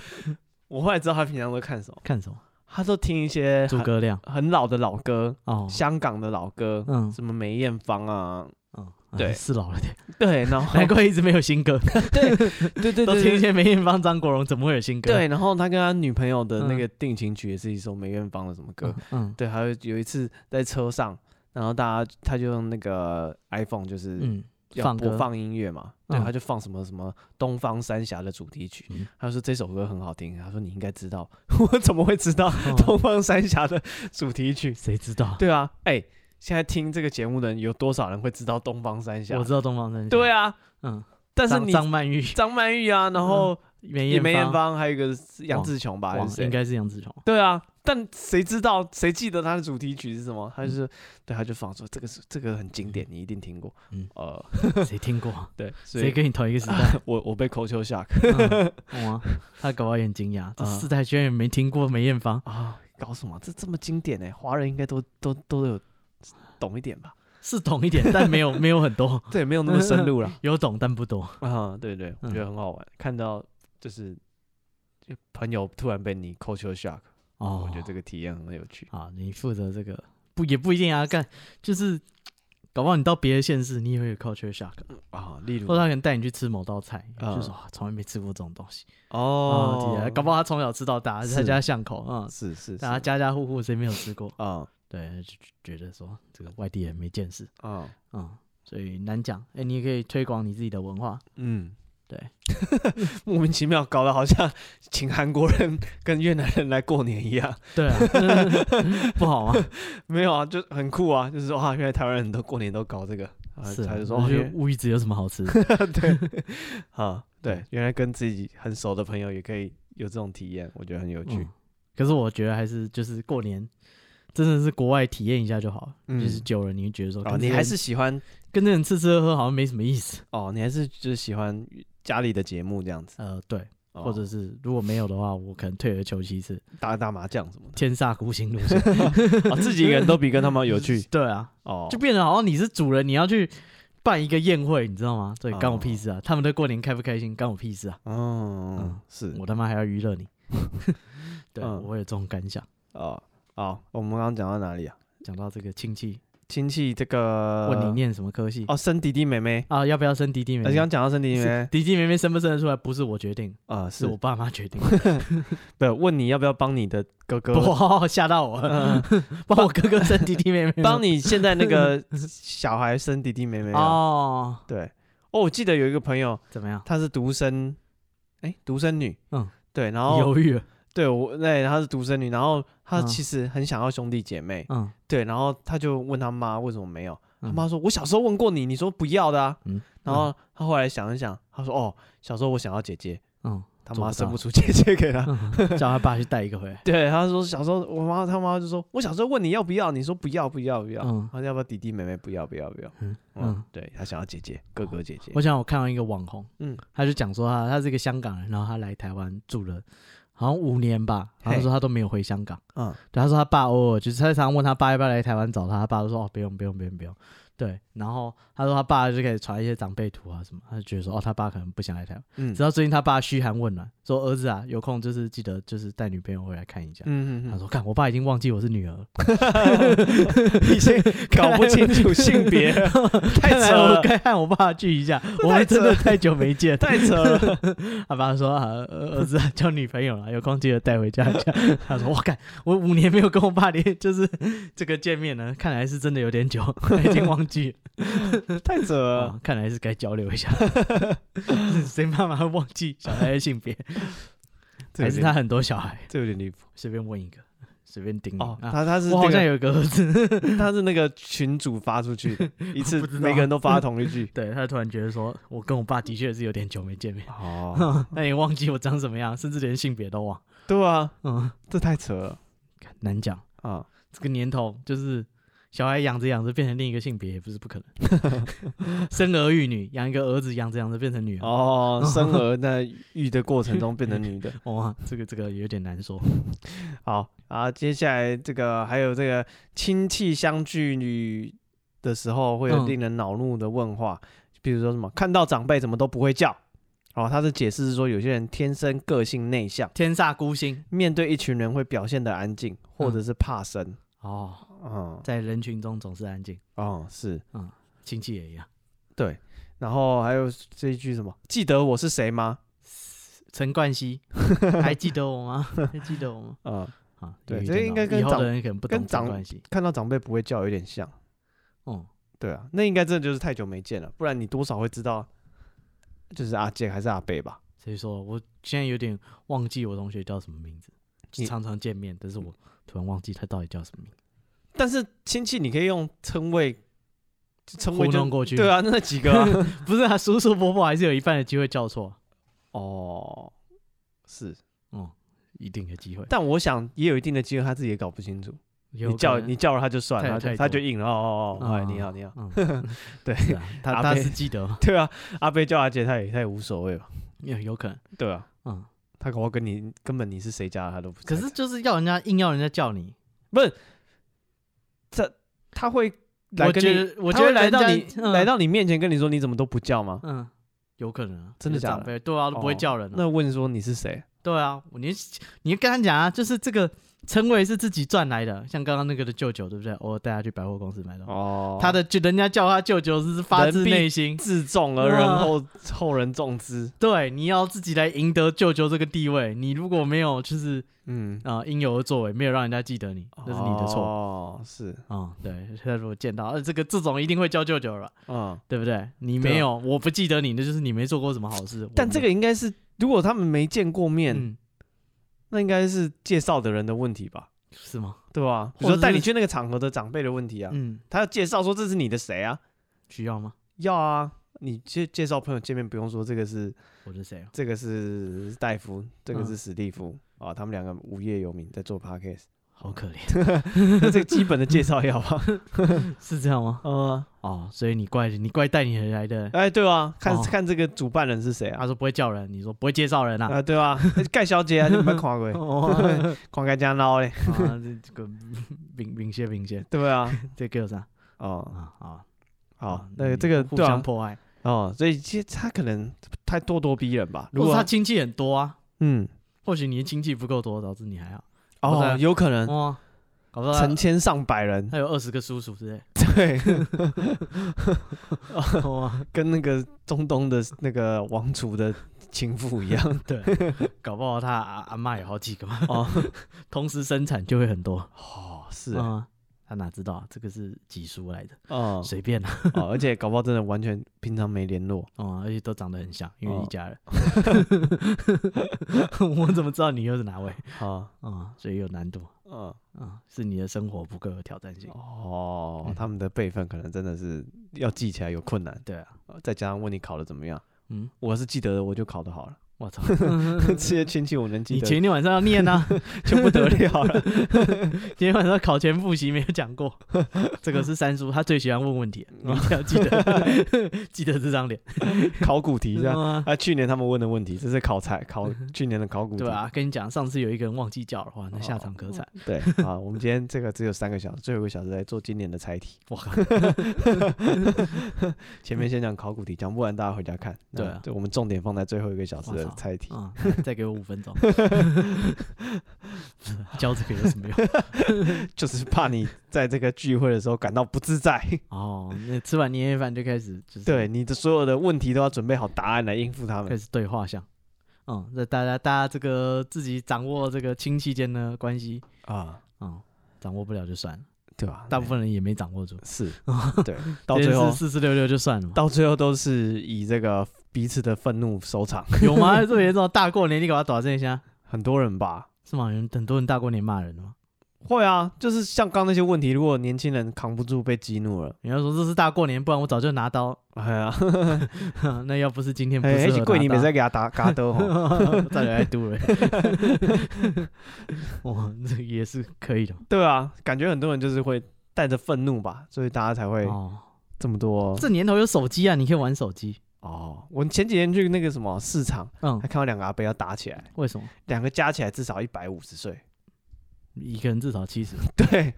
S1: 我后来知道他平常都看什么，
S2: 看什么？
S1: 他都听一些
S2: 诸
S1: 很
S2: 葛亮
S1: 很老的老歌，
S2: 哦，
S1: 香港的老歌，
S2: 嗯
S1: 什么梅艳芳啊，
S2: 嗯，
S1: 对
S2: 啊是老了点，
S1: 对，然 后
S2: 难怪一直没有新歌，
S1: 对对
S2: 都
S1: 对
S2: 听一
S1: 对
S2: 些梅艳芳、张国荣，怎么会有新歌？
S1: 对，嗯然后他跟他女朋友的那个定情曲也是一首梅艳芳的什么歌
S2: 嗯，，嗯
S1: 对，还有有一次在车上，然后大家他就用那个 iPhone 就是
S2: 嗯，
S1: 要
S2: 放
S1: 播
S2: 歌
S1: 放音乐嘛，对，
S2: 嗯
S1: 他就放什么什么东方三峡的主题曲
S2: 嗯，
S1: 他说这首歌很好听，他说你应该知道， 我怎么会知道
S2: 哦
S1: 东方三峡的主题曲？
S2: 谁知道？
S1: 对啊，哎，现在听这个节目的人有多少人会知道东方三峡
S2: 我？知道东方神起，
S1: 对啊，
S2: 嗯，
S1: 但是
S2: 张
S1: 你
S2: 张曼玉、
S1: 张曼玉啊，然后
S2: 梅
S1: 也
S2: 艳
S1: 梅艳
S2: 芳，
S1: 芳，还有一个是杨
S2: 王
S1: 志琼吧，还
S2: 哇
S1: 是谁
S2: 应？该是杨紫琼。
S1: 对啊，但谁知道谁记得他的主题曲是什么？他就是、对，他就放说这个是这个很经典，你一定听过。
S2: 嗯
S1: 呃，
S2: 谁听过啊？
S1: 对，所
S2: 谁
S1: 以
S2: 跟你同一个 时代？
S1: 我我被口球 shock
S2: 嗯哇，他搞到眼睛呀！这
S1: 啊
S2: 四代居然也没听过梅艳芳，
S1: 啊，搞什么？这这么经典哎、华人应该都都都有懂一点 吧？
S2: 是懂一 点，但没有没有很多，
S1: 这也没有那么深 入了
S2: 有懂但不多。
S1: 啊。对对，我
S2: 嗯
S1: 觉得很好玩，看到就是。就朋友突然被你 culture shock，、
S2: 哦，
S1: 我觉得这个体验很有趣。
S2: 啊，你负责这个不也不一定啊，干就是搞不好你到别的县市，你也会有 culture shock，
S1: 啊，例如
S2: 或者他可能带你去吃某道菜，
S1: 嗯
S2: 就说哇从来没吃过这种东西啊，
S1: 哦
S2: 对，啊搞不好他从小吃到大，
S1: 是
S2: 在他家巷口啊，嗯
S1: 是是是
S2: 大家家家户户谁没有吃过？
S1: 啊
S2: 对，就就觉得说这个外地人没见识，
S1: 啊
S2: 嗯，所以难讲。哎、你也可以推广你自己的文化，
S1: 嗯，
S2: 对，
S1: 莫名其妙搞得好像请韩国人跟越南人来过年一样，
S2: 对啊，
S1: 啊
S2: 不 好吗？
S1: 没有啊，就很酷啊，就是说啊，原来台湾人都过年都搞这个，啊、
S2: 是啊，
S1: 他就说
S2: 我
S1: 哦
S2: 觉得乌鱼子有什么好吃的？
S1: 原 对， 啊，
S2: 嗯
S1: 对，原来跟自己很熟的朋友也可以有这种体验，我觉得很有趣
S2: 嗯。可是我觉得还是就是过年，真的是国外体验一下就好了。
S1: 嗯
S2: 就是久了，你会觉得说，
S1: 哦，
S2: 跟这
S1: 你
S2: 些
S1: 还
S2: 人
S1: 是喜欢
S2: 跟那人吃吃喝喝好像没什么意思。
S1: 哦，你还是就是喜欢家里的节目这样子，
S2: 呃，对，
S1: 哦
S2: 或者是如果没有的话，我可能退而求其次，
S1: 打打麻将什么
S2: 天煞孤 星路线。
S1: 的，哦，自己一个人都比跟他们有 趣
S2: 对啊，
S1: 哦，
S2: 就变得好像你是主人，你要去办一个宴会，你知道吗？对，干我
S1: 哦
S2: 屁事啊！他们对过年开不开心，干我屁事啊！
S1: 嗯
S2: 嗯，
S1: 是
S2: 我他妈还要娱乐 你。对，
S1: 嗯
S2: 我有这种感想。
S1: 哦，好，我们刚刚讲到哪里啊？
S2: 讲到这个亲戚
S1: 亲戚这个
S2: 问你念什么科系
S1: 呃哦，生弟弟妹妹，
S2: 啊，要不要生弟弟妹
S1: 而且
S2: 妹
S1: 刚？讲到生弟弟妹妹
S2: 弟弟妹妹生不生得出来，不是我决定，
S1: 啊，
S2: 是
S1: 是
S2: 我爸妈决定。
S1: 对，问你要不要帮你的哥哥，
S2: 哇，吓到我了，
S1: 嗯
S2: 帮我哥哥生弟弟妹妹，
S1: 帮你现在那个小孩生弟弟妹妹啊？
S2: 哦，
S1: 对，哦，我记得有一个朋友，
S2: 怎么样？
S1: 她是独生，哎，独生女，
S2: 嗯，
S1: 对，然后
S2: 犹豫了，
S1: 对我，对，她是独生女，然后她
S2: 嗯
S1: 其实很想要兄弟姐妹，
S2: 嗯，
S1: 对，然后她就问她妈为什么没有，她
S2: 嗯
S1: 妈说，我小时候问过你，你说不要的啊，
S2: 嗯
S1: 然后她后来想一想，她说，哦，小时候我想要姐姐，
S2: 嗯，
S1: 她
S2: 做
S1: 妈
S2: 不
S1: 生
S2: 到
S1: 不出姐姐给她，
S2: 嗯叫他爸去带一个回来，
S1: 对，他说小时候我妈他妈就说，我小时候问你要不要，你说不要不要不要，
S2: 嗯
S1: 他说要不要弟弟妹妹不要不要不要，
S2: 嗯
S1: 嗯
S2: 嗯，。
S1: 对他想要姐姐哥哥姐姐
S2: 我，想我看到一个网红，
S1: 嗯
S2: 嗯，他就讲说他他是一个香港人，然后他来台湾住了好像五年吧，然后
S1: 嘿
S2: 他说他都没有回香港。
S1: 嗯
S2: 对，他说他爸偶尔就是他常常问他爸要不要来台湾找他，他爸就说哦不用不用不用不用。对，然后他说他爸就开始传一些长辈图啊什么，他就觉得说哦他爸可能不想来台湾。
S1: 嗯
S2: 直到最近他爸嘘寒问暖，说儿子啊有空就是记得就是带女朋友回来看一下。
S1: 嗯
S2: 他
S1: 嗯
S2: 说看我爸已经忘记我是女儿了，
S1: 嗯，已经搞不清楚性别 了，太
S2: 看来
S1: 扯
S2: 我
S1: 了，
S2: 该和我爸聚 一下，我
S1: 太
S2: 们真的
S1: 扯
S2: 太久没见。
S1: 太扯了，
S2: 他爸说啊儿儿子啊交女朋友了，有空记得带回家一下。 他说我看我五年没有跟我爸连就是这个见面了，看来是真的有点久， 已经忘记了。
S1: 太扯了
S2: 啊，看来是该交流 一下。谁妈妈会忘记小孩的性别？
S1: 这有
S2: 还是
S1: 点
S2: 他很多小孩？
S1: 这有点离谱
S2: 随便问一个，随便叮一个
S1: 哦，
S2: 啊
S1: 他他是
S2: 我好
S1: 那
S2: 像
S1: 个
S2: 有一个儿子，
S1: 他是那个群主发出去 的一次
S2: 不知，道，
S1: 每个人都发同一句
S2: 对他突然觉得说，我跟我爸的确是有点久没见面，
S1: 哦，
S2: 那也忘记我长什么样，甚至连性别都忘。
S1: 对啊，
S2: 嗯，
S1: 这太扯了
S2: 看难讲，
S1: 啊，
S2: 这个年头就是小孩养着养着变成另一个性别也不是不可能， 生儿育女，养一个儿子，养着养着变成女儿。
S1: 哦，生儿在育的过程中变成女的。
S2: 哇，这个这个有点难说。
S1: 好啊，接下来这个还有这个亲戚相聚旅的时候会有
S2: 嗯
S1: 令人恼怒的问话，比如说什么看到长辈怎么都不会叫。哦，他的解释是说，有些人天生个性内向，
S2: 天煞孤星
S1: 面对一群人会表现的安静，或
S2: 嗯
S1: 者是怕生。
S2: 哦，
S1: 嗯，
S2: 在人群中总是安静，
S1: 哦，是
S2: 亲戚也一样。
S1: 对。然后还有这一句什么？记得我是谁吗？
S2: 陈 冠希还记得我吗？还记得我吗？
S1: 嗯，
S2: 啊，
S1: 对
S2: 有一
S1: 这
S2: 点
S1: 应该
S2: 恼
S1: 跟
S2: 以后
S1: 长
S2: 的人可能不懂
S1: 跟长
S2: 陈冠希。
S1: 看到长辈不会叫有点像。
S2: 哦，
S1: 对啊，那应该真的就是太久没见了，不然你多少会知道，就是阿杰还是阿贝吧？
S2: 所以说我现在有点忘记我同学叫什么名字，
S1: 你
S2: 常常见面，但是我突然忘记他到底叫什么名字。
S1: 但是亲戚你可以用称谓，称谓
S2: 糊
S1: 就
S2: 弄过去
S1: 对啊，那几个啊、
S2: 不是啊，叔叔伯伯还是有一半的机会叫错。
S1: 哦，是，
S2: 哦，一定的机会。
S1: 但我想也有一定的机会，他自己也搞不清楚。
S2: 有
S1: 你
S2: 可
S1: 叫
S2: 能
S1: 你，叫了他就算，
S2: 太
S1: 他就
S2: 太
S1: 他
S2: 多
S1: 就硬了。哦哦哦，哎，
S2: 啊
S1: 你好你好，
S2: 嗯，
S1: 对
S2: 是啊他
S1: 阿
S2: 他
S1: 贝
S2: 是记得吗，
S1: 对啊，阿贝叫阿杰他也他也无所谓吧？
S2: 有有可能，
S1: 对啊，
S2: 嗯，
S1: 他搞不好跟你根本你是谁家的他都不知
S2: 可
S1: 道。
S2: 是啊就是要人家硬要人家叫你，
S1: 不是，他他会来
S2: 我
S1: 跟
S2: 觉
S1: 你。
S2: 得我
S1: 他
S2: 觉得
S1: 会来到
S2: 人
S1: 你
S2: 家、嗯、
S1: 来，到你面前跟你说你怎么都不叫吗？
S2: 嗯，有可能啊，
S1: 真的
S2: 有些
S1: 假
S2: 长
S1: 的
S2: 辈对啊，都不会
S1: 哦
S2: 叫人啊、
S1: 那问说你是谁？
S2: 对啊，你你跟他讲啊，就是这个称谓是自己赚来的，像刚刚那个的舅舅，对不对？我带他去百货公司买东西，
S1: 哦，
S2: 他的就人家叫他舅舅是发
S1: 人
S2: 自
S1: 必
S2: 内心，
S1: 自重而人后后人重之。
S2: 对，你要自己来赢得舅舅这个地位，你如果没有就是
S1: 嗯，
S2: 啊、应有的作为，没有让人家记得你，那是你的错。
S1: 哦，是，
S2: 啊、对，他如果见到，呃，这个这种一定会叫舅舅了，
S1: 嗯，
S2: 对不对？你
S1: 对啊
S2: 没有，我不记得你，那就是你没做过什么好事。我
S1: 但
S2: 没
S1: 这个应该是，如果他们没见过面，
S2: 嗯，
S1: 那应该是介绍的人的问题吧，
S2: 是吗？
S1: 对吧？比
S2: 或
S1: 如说
S2: 者
S1: 带
S2: 是
S1: 你去那个场合的长辈的问题啊，
S2: 嗯，
S1: 他要介绍说这是你的谁啊？
S2: 需要吗？
S1: 要啊，你介介绍朋友见面不用说这个是
S2: 我是谁啊？
S1: 这个是戴夫，这个
S2: 嗯
S1: 是史蒂夫。啊，他们两个无业游民在做 podcast，
S2: 好可怜，
S1: 那这个基本的介绍要 吧？
S2: 是这样吗？
S1: 嗯，
S2: 哦，所以你怪你怪带你来的，
S1: 哎，对啊，看
S2: 哦
S1: 看这个主办人是谁啊？
S2: 他说不会叫人，你说不会介绍人啊。，
S1: 啊，对啊，盖小姐啊，你没看过
S2: 哦，
S1: 看盖家闹嘞，
S2: 啊，这这个明明谢明谢，
S1: 对不对 啊？
S2: 这个有啥
S1: 哦，
S2: 啊啊？
S1: 好
S2: 啊，
S1: 那个
S2: 你
S1: 这个
S2: 互
S1: 对
S2: 相
S1: 啊，
S2: 破坏，
S1: 哦，所以其实他可能太咄咄逼人吧。
S2: 如
S1: 如
S2: 果
S1: 果
S2: 他亲戚很多啊，
S1: 嗯，
S2: 或许你的亲戚不够多，导致你还好。或
S1: 哦
S2: 者，
S1: 有可能
S2: 哇，搞不好他
S1: 成千上百人，
S2: 他有二十个叔叔 之类。
S1: 对，
S2: 哇，
S1: 跟那个中东的那个王储的情妇一样。
S2: 对，搞不好他阿阿妈有好几个嘛，
S1: 哦，
S2: 同时生产就会很多。
S1: 哦，是啊，
S2: 嗯，他哪知道啊这个是几叔来的，
S1: 哦，
S2: 随便啦。
S1: 哦而且搞不好真的完全平常没联 络。
S2: 哦，而且都长得很像，因
S1: 哦
S2: 为一家人。 我怎么知道你又是哪位？
S1: 啊，
S2: 啊，所以有难度。
S1: 嗯，
S2: 啊，是你的生活不够有挑战性。
S1: 哦，
S2: 嗯
S1: 他们的辈分可能真的是要记起来有困难。
S2: 对啊，
S1: 呃再加上问你考的怎么样，
S2: 嗯，
S1: 我是记得的我就考的 好了。
S2: 我操，
S1: 这些亲戚我能记
S2: 你
S1: 得
S2: 前天晚上要念啊，
S1: 就不得了了。
S2: 今天晚上考前复习没有讲过，这个是三叔，他最喜欢问 问题，你一定要记得， 记得这张脸，
S1: 考古题这样。
S2: 啊，
S1: 啊，去年他们问的问题，这是考材考去年的考古题。
S2: 嗯
S1: 哦
S2: 对啊，跟你讲，上次有一个人忘记叫的话，那下场可惨，
S1: 对，啊，我们今天这个只有三个小时，最后一个小时来做今年的猜题。
S2: 我靠，
S1: 前面先讲考古题，讲不完大家回家看。
S2: 对啊
S1: 那我们重点放在最后一个小时的
S2: 我操
S1: 猜题。
S2: 啊，再给我五分钟， 教这个有什么用？
S1: 就是怕你在这个聚会的时候感到不自 在，
S2: 哦，那吃完年夜饭就开始就是
S1: 对你的所有的问题都要准备好答案来应付他
S2: 开
S1: 们。
S2: 始对画像。嗯，那大家大家这个自己掌握这个亲戚间的关系，
S1: 啊，
S2: 嗯，掌握不了就算了，
S1: 对吧？
S2: 大部分人也没掌握住，
S1: 是，对，到最后
S2: 四四六六就算了嘛。
S1: 到最后都是以这个彼此的愤怒收场，
S2: 有吗？特别这种大过年你给他打这一下，
S1: 很多人吧。
S2: 是吗？有人很多人大过年骂人的吗？
S1: 会啊，就是像刚那些问题，如果年轻人扛不住被激怒了，
S2: 你要说这是大过年，不然我早就拿刀。
S1: 哎呀，
S2: 那要不是今天不
S1: 哎，
S2: 是
S1: 且
S2: 贵
S1: 桂林没在，给他打嘎兜 吼，
S2: 再来堵 人。哇，这也是可以的。
S1: 对啊，感觉很多人就是会带着愤怒吧，所以大家才会
S2: 哦，
S1: 这么多
S2: 这年头有手机啊，你可以玩手机。
S1: 哦。我前几天去那个什么市场，
S2: 嗯
S1: 还，看到两个阿伯要打起来，
S2: 为什么？
S1: 两个加起来至少一百五十岁。
S2: 一个人至少七十。
S1: 对，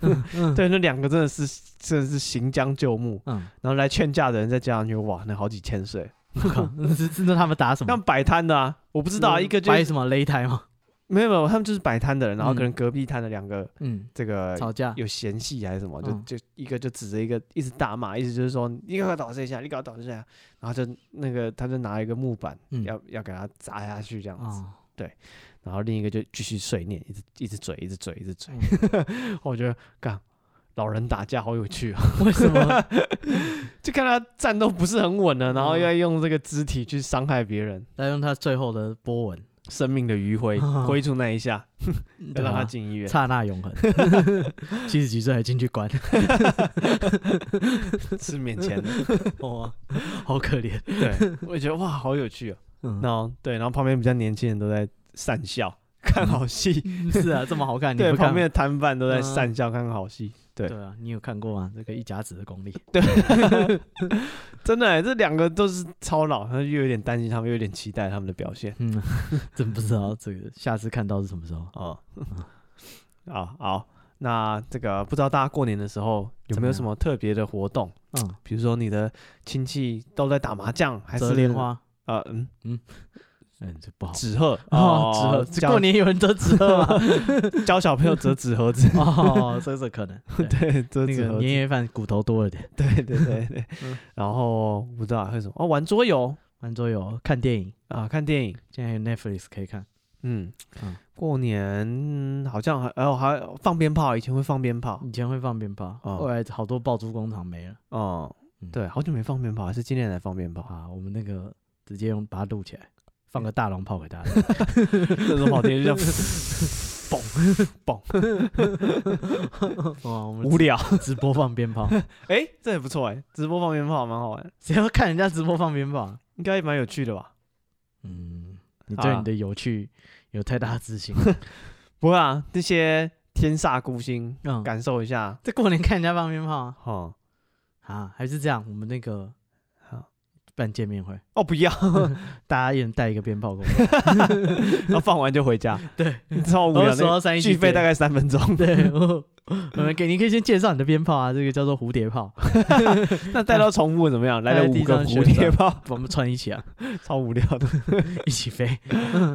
S2: 嗯
S1: 对，那两个真的是真的是行将就木，
S2: 嗯，
S1: 然后来劝架的人再加上去，哇，那好几千岁。
S2: 我靠，是是那他们打什
S1: 那
S2: 么？
S1: 摆摊的啊，我不知道啊，一个就
S2: 掰什么擂台吗？
S1: 没有没有，他们就是摆摊的人，然后
S2: 嗯
S1: 可能隔壁摊的两个
S2: 嗯，
S1: 这个
S2: 吵架。
S1: 有嫌隙还是什么，
S2: 嗯
S1: 就就一个就指着一个一直大骂，意思就是说你给我倒这下，你给我倒这下，然后就那个他就拿一个木板、
S2: 嗯
S1: 要要给他砸下去这样子，
S2: 哦，
S1: 然后另一个就继续碎念，一直一直嘴一直嘴一直嘴，
S2: 嗯
S1: 我觉得干老人打架好有趣啊，
S2: 为什么？
S1: 就看他战斗不是很稳的，然后
S2: 嗯
S1: 要用这个肢体去伤害别人，
S2: 再用他最后的波纹，
S1: 生命的余 晖
S2: 啊
S1: 挥出那一下，要让他
S2: 啊
S1: 进医院，
S2: 刹那永恒。七十几岁还进去关，
S1: 是免钱 的，
S2: 哇，好可怜。
S1: 对，我也觉得哇好有趣啊。
S2: 嗯，
S1: 然后对，然后旁边比较年轻人都在讪 笑看好戏，
S2: 是啊，这么好看，你
S1: 对，
S2: 不看
S1: 旁
S2: 吗
S1: 边的摊贩都在
S2: 嗯
S1: 讪笑看好 戏，对
S2: 对啊，你有看过吗？这个一甲子的功力，
S1: 真的欸、这两个都是超老，他又有点担心他们，又有点期待他们的表现
S2: 嗯， 真不知道这个下次看到是什么时候。
S1: 哦。啊， 好，那这个不知道大家过年的时候有
S2: 怎
S1: 没
S2: 么
S1: 有
S2: 样
S1: 什么特别的活动？
S2: 嗯，
S1: 比如说你的亲戚都在打麻将，还
S2: 折
S1: 是
S2: 莲？花，
S1: 啊，嗯，
S2: 嗯，这不好。
S1: 纸鹤
S2: 哦，纸鹤，这
S1: 教
S2: 过年有人折纸鹤 吗？，
S1: 教小朋友折纸盒子
S2: 啊 哦，这这可能。对
S1: 对，折
S2: 那
S1: 纸
S2: 个
S1: 盒子
S2: 年，夜饭骨头多了点，
S1: 对对对对。然后不知道还有什么哦，玩桌游，
S2: 玩桌游、看电影，
S1: 啊，看电影，
S2: 现在有 Netflix 可以看。
S1: 嗯，
S2: 嗯
S1: 过年好像还哦还有放鞭炮，以前会放鞭炮，
S2: 以前会放鞭炮，
S1: 哦
S2: 后来好多爆珠工厂没了
S1: 哦、
S2: 嗯
S1: 对，好久没放鞭炮，还是今年才放鞭 炮，
S2: 啊。我们那个直接用把它录起来，放个大龙炮给大 家。
S1: 那种好听 就像
S2: 哦，我们
S1: 无 聊，
S2: 直播放鞭炮，
S1: 哎、这也不错哎、直播放鞭炮蛮好玩，
S2: 谁要看人家直播放鞭炮啊？
S1: 应该蛮有趣的吧？
S2: 嗯，你
S1: 好
S2: 对
S1: 啊
S2: 你的有趣有太大的自信。
S1: 不会啊，这些天煞孤星，
S2: 嗯，
S1: 感受一下，
S2: 在过年看人家放鞭炮啊？
S1: 哈、
S2: 啊，还是这样，我们那个
S1: 哦好
S2: 办见面会，
S1: 哦，不 要，
S2: 大家一人带一个鞭炮过 来，
S1: 然后放完就回 家，
S2: 对，
S1: 超无
S2: 我
S1: 聊
S2: 数到
S1: 的。
S2: 三一起
S1: 续费大
S2: 点。
S1: 概三分钟，
S2: 对，我我们给你可以先介绍你的鞭炮啊，这个叫做蝴蝶炮，
S1: 那带到重复怎么样？来
S2: 带
S1: 了
S2: 在
S1: 五
S2: 地
S1: 个
S2: 上
S1: 蝴
S2: 旋
S1: 蝶
S2: 转
S1: 炮，
S2: 我们串一起啊，
S1: 超无聊的
S2: 一起飞。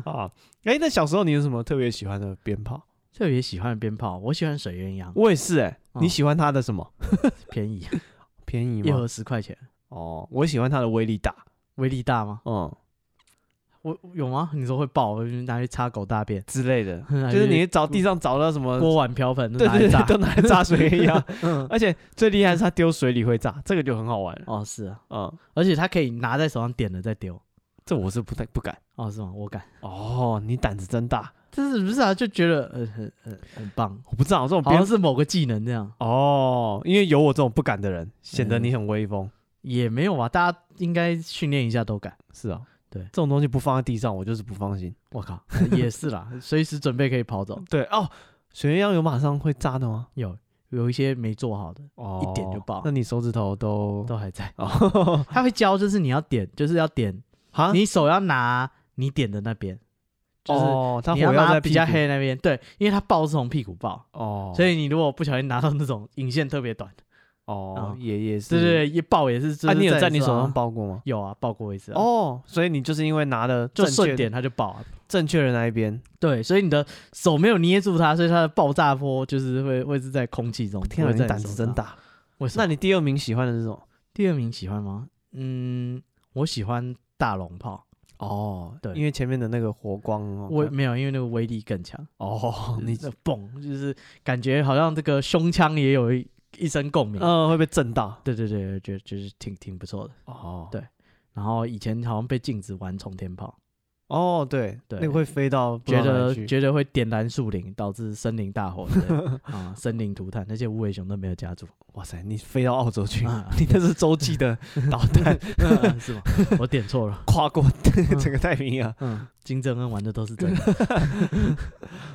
S1: 啊！哎、那小时候你有什么特别喜欢的鞭炮？
S2: 特别喜欢鞭炮，我喜欢水鸳鸯，
S1: 我也是哎、
S2: 嗯
S1: 你喜欢它的什么？
S2: 便 宜，
S1: 便宜
S2: 一
S1: 吗？
S2: 盒十块钱，
S1: 哦，我喜欢它的威力大。
S2: 威力大吗？
S1: 嗯，
S2: 我有吗？你说会爆，我就拿去擦狗大便，
S1: 之类的，
S2: 就
S1: 就是你找地上找到什么，
S2: 锅碗瓢盆都
S1: 对对
S2: 拿来
S1: 对，
S2: 炸。
S1: 都拿来炸水一 样。
S2: 嗯
S1: 而且最厉害是它丢水里会炸，这个就很好玩了。
S2: 哦，是啊，
S1: 嗯，
S2: 而且它可以拿在手上点了再丢。
S1: 这我是不太不敢。
S2: 哦，是吗？我敢。
S1: 哦，你胆子真大，
S2: 这是不是啊？就觉得呃很很很棒，
S1: 我不知道这种
S2: 好像
S1: 鞭
S2: 是某个技能这样，
S1: 哦，因为有我这种不敢的人，显
S2: 嗯
S1: 得你很威风。
S2: 也没有啊。大家应该训练一下都敢。
S1: 是啊，
S2: 对
S1: 这种东西不放在地上，我就是不放心。
S2: 我靠，呃也是啦，随时准备可以跑走。
S1: 对哦，水鸳鸯有马上会炸的吗？
S2: 有有一些没做好的
S1: 哦，
S2: 一点就爆
S1: 那你手指头都
S2: 都还在，
S1: 哦，
S2: 他会教，就是你要点，就是要点，
S1: 哈，
S2: 你手要拿你点的那边，就是
S1: 哦，它
S2: 你
S1: 火
S2: 要
S1: 药
S2: 拿
S1: 在
S2: 比
S1: 屁
S2: 较
S1: 股
S2: 黑的那边。对，因为它爆是从屁股爆，
S1: 哦，
S2: 所以你如果不小心拿到那种引线特别短的，
S1: 哦
S2: 嗯
S1: 也也是
S2: 对对对，一爆也是。就
S1: 啊，
S2: 是
S1: 你有在你
S2: 手
S1: 手上？包过吗？
S2: 有啊，爆过一次啊。
S1: 哦，所以你就是因为拿了
S2: 就
S1: 正
S2: 顺
S1: 确
S2: 点它就爆啊，
S1: 正确的那一边，
S2: 对，所以你的手没有捏住它，所以它的爆炸波就是会会是在空气中。
S1: 天
S2: 不
S1: 啊，
S2: 会在
S1: 你胆
S2: 手
S1: 子真
S2: 上。
S1: 大。
S2: 为什么？
S1: 那你第二名喜欢的是什么？
S2: 第二名喜欢吗？嗯，我喜欢大龙炮，
S1: 哦，
S2: 对
S1: 因为前面的那个火光哦，
S2: 我没有，因为那个威力更强。
S1: 哦，
S2: 你
S1: 你
S2: 这蹦就是感觉好像这个胸腔也有一一声共鸣。
S1: 嗯会被震到
S2: 对对对，觉得就是挺挺不错的。
S1: 哦，
S2: 对然后以前好像被禁止玩冲天炮，
S1: 哦对
S2: 对
S1: 那个会飞到不知
S2: 觉
S1: 道哪
S2: 得
S1: 里去
S2: 觉得会点燃树林，导致森林大火之类的啊，森林涂炭，那些无尾熊都没有家族，
S1: 哇塞，你飞到澳洲去，
S2: 啊
S1: 你那是洲际的导弹
S2: 嗯是吗？我点错了。
S1: 跨过 整个太平洋。
S2: 嗯，金正恩玩的都是真的。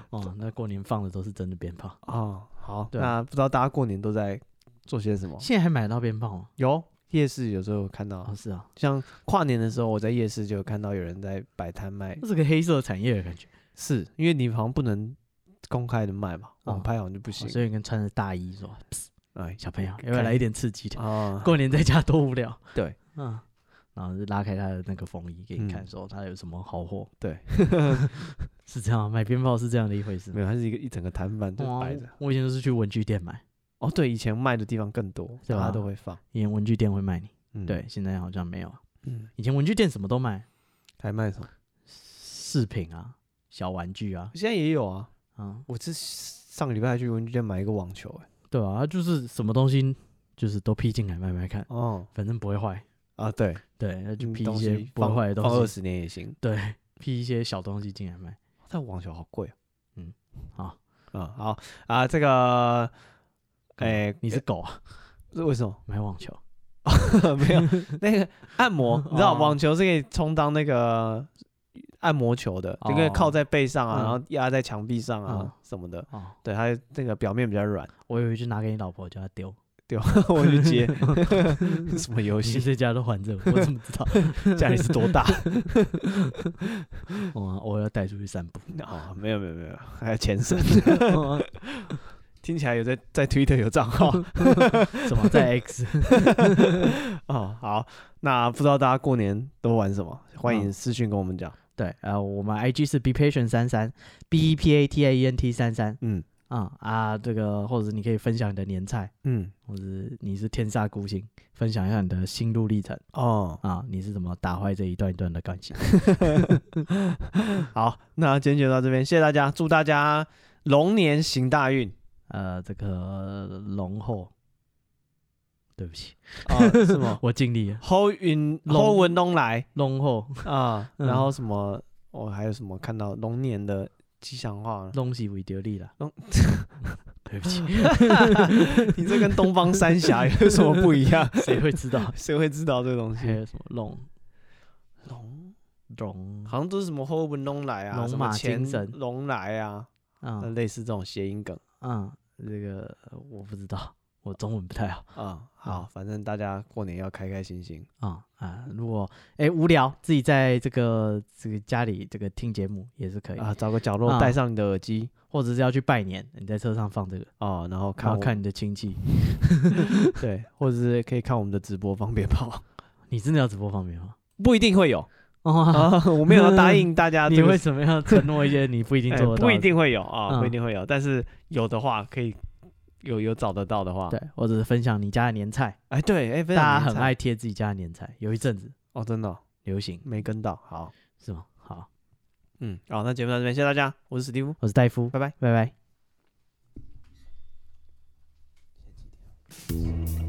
S2: 哦，那过年放的都是真的鞭炮。
S1: 哦，好，
S2: 对啊
S1: 那不知道大家过年都在做些什么？
S2: 现在还买得到鞭炮吗？
S1: 有夜市有时候有看到
S2: 哦，，是啊，
S1: 像跨年的时候，我在夜市就有看到有人在摆摊卖，
S2: 这是个黑色产业的感觉，
S1: 是因为你好像不能公开的卖嘛，
S2: 哦
S1: 网拍好像就不
S2: 哦
S1: 行。
S2: 所以跟穿着大衣说，
S1: 哎，
S2: 小朋友要不要
S1: 看
S2: 来一点刺激的？
S1: 啊，
S2: 过年在家多无聊。
S1: 对，
S2: 嗯，然后就拉开他的那个风衣给你看，
S1: 嗯
S2: 说他有什么好货。
S1: 对，
S2: 是这样，买鞭炮是这样的一回事
S1: 没。有，它是一个一整个摊贩就
S2: 哇
S1: 摆着。
S2: 我以前都是去文具店买，
S1: 哦，对，以前卖的地方更多，
S2: 对
S1: 大
S2: 吧
S1: 家都会放。
S2: 以前文具店会卖你，
S1: 嗯
S2: 对，，现在好像没有。
S1: 嗯，
S2: 以前文具店什么都卖，
S1: 还卖什么？
S2: 饰品啊、小玩具啊，
S1: 现在也有啊。
S2: 嗯，
S1: 我这上个礼拜还去文具店买一个网球、哎，
S2: 对啊，它就是什么东西就是都批进来卖卖看，
S1: 哦
S2: 反正不会坏。
S1: 啊，对，
S2: 对，那就
S1: 嗯
S2: 批
S1: 东
S2: 一
S1: 西
S2: 些不会
S1: 放
S2: 坏的
S1: 放
S2: 东
S1: 二
S2: 西，
S1: 十年也行。
S2: 对，批一些小东西进来卖。
S1: 但网球好贵、啊。
S2: 嗯， 好
S1: 啊，好啊，这个，哎、
S2: 你是狗啊，
S1: 这为什么？
S2: 买网球
S1: 没有那 个按摩，你知道
S2: 哦
S1: 网球是可以充当那个按摩球的，就可以
S2: 哦
S1: 靠在背上啊，
S2: 嗯
S1: 然后压在墙壁上
S2: 嗯
S1: 啊什么的。
S2: 哦，
S1: 对，它那个表面比较软，
S2: 我以为就拿给你老婆叫她丢。
S1: 我去接什么游
S2: 你
S1: 戏？
S2: 在家都还着，我怎么知道？
S1: 家里是多大？
S2: 我我要带出去 散步。
S1: 哦，没有没有没有，还有前身，听起来有在在 Twitter 有账 号
S2: 怎么在 X？
S1: 哦。好，那不知道大家过年都玩什么？欢迎
S2: 嗯
S1: 私讯跟我们讲。
S2: 对，呃，我们 IG 是 be patient 三三，b e p a t a e n t 三三。
S1: 嗯
S2: 啊、啊，这个或者你可以分享你的年菜，
S1: 嗯
S2: 或者你是天煞孤星，分享一下你的心路历程
S1: 哦，
S2: 啊，你是怎么打坏这一段一段的感情？
S1: 好，那今天就到这边，谢谢大家，祝大家龙年行大运。
S2: 呃，这个龙后，对不起，
S1: 啊，是 吗？
S2: 我尽力了。
S1: 侯云
S2: 龙
S1: 侯文东来
S2: 龙后，
S1: 啊，
S2: 嗯？
S1: 然后什么？我、还有什么看到龙年的吉祥话呢
S2: 龙是为丢力了。
S1: 龙
S2: 对不起，
S1: 你这跟东方三峡有什么不一样？
S2: 谁会知道？
S1: 谁会知道这个东
S2: 还
S1: 西？
S2: 有什么龙
S1: 龙
S2: 龙
S1: 好像都是什么侯文东来啊，
S2: 龙
S1: 什么
S2: 马
S1: 钱
S2: 精神
S1: 龙来啊，
S2: 啊
S1: 那类似这种谐音梗
S2: 啊？这个呃我不知道，我中文不太好
S1: 啊。好，反正大家过年要开开心心。
S2: 啊啊！如果哎无聊，自己在这个这个家里这个听节目也是可以，
S1: 啊，找个角落
S2: 啊
S1: 戴上你的耳机
S2: 或者是要去拜年，你在车上放这个，
S1: 啊，然后看
S2: 然
S1: 我
S2: 后看你的 亲戚。
S1: 对，或者是可以看我们的直播放鞭 炮，
S2: 你真的要直播方面吗？
S1: 不一定会有
S2: 哦，
S1: 啊，我没有要答应大家这
S2: 你
S1: 个
S2: 为什么要承诺一些你不一定
S1: 哎
S2: 做得到？
S1: 不一。定会有啊，
S2: 嗯
S1: 不一定会有，但是有的话可以有有找得到的话，
S2: 对，或者是分享你家的年菜，
S1: 哎对，哎，分享
S2: 大家
S1: 年
S2: 很
S1: 菜
S2: 爱贴自己家的年菜，有一阵子
S1: 哦，真的哦
S2: 流行，
S1: 没跟到，好，
S2: 是吗？好，
S1: 嗯，好，那节目到这边，谢谢大家，我是史蒂夫，
S2: 我是戴夫，
S1: 拜拜。
S2: 拜拜。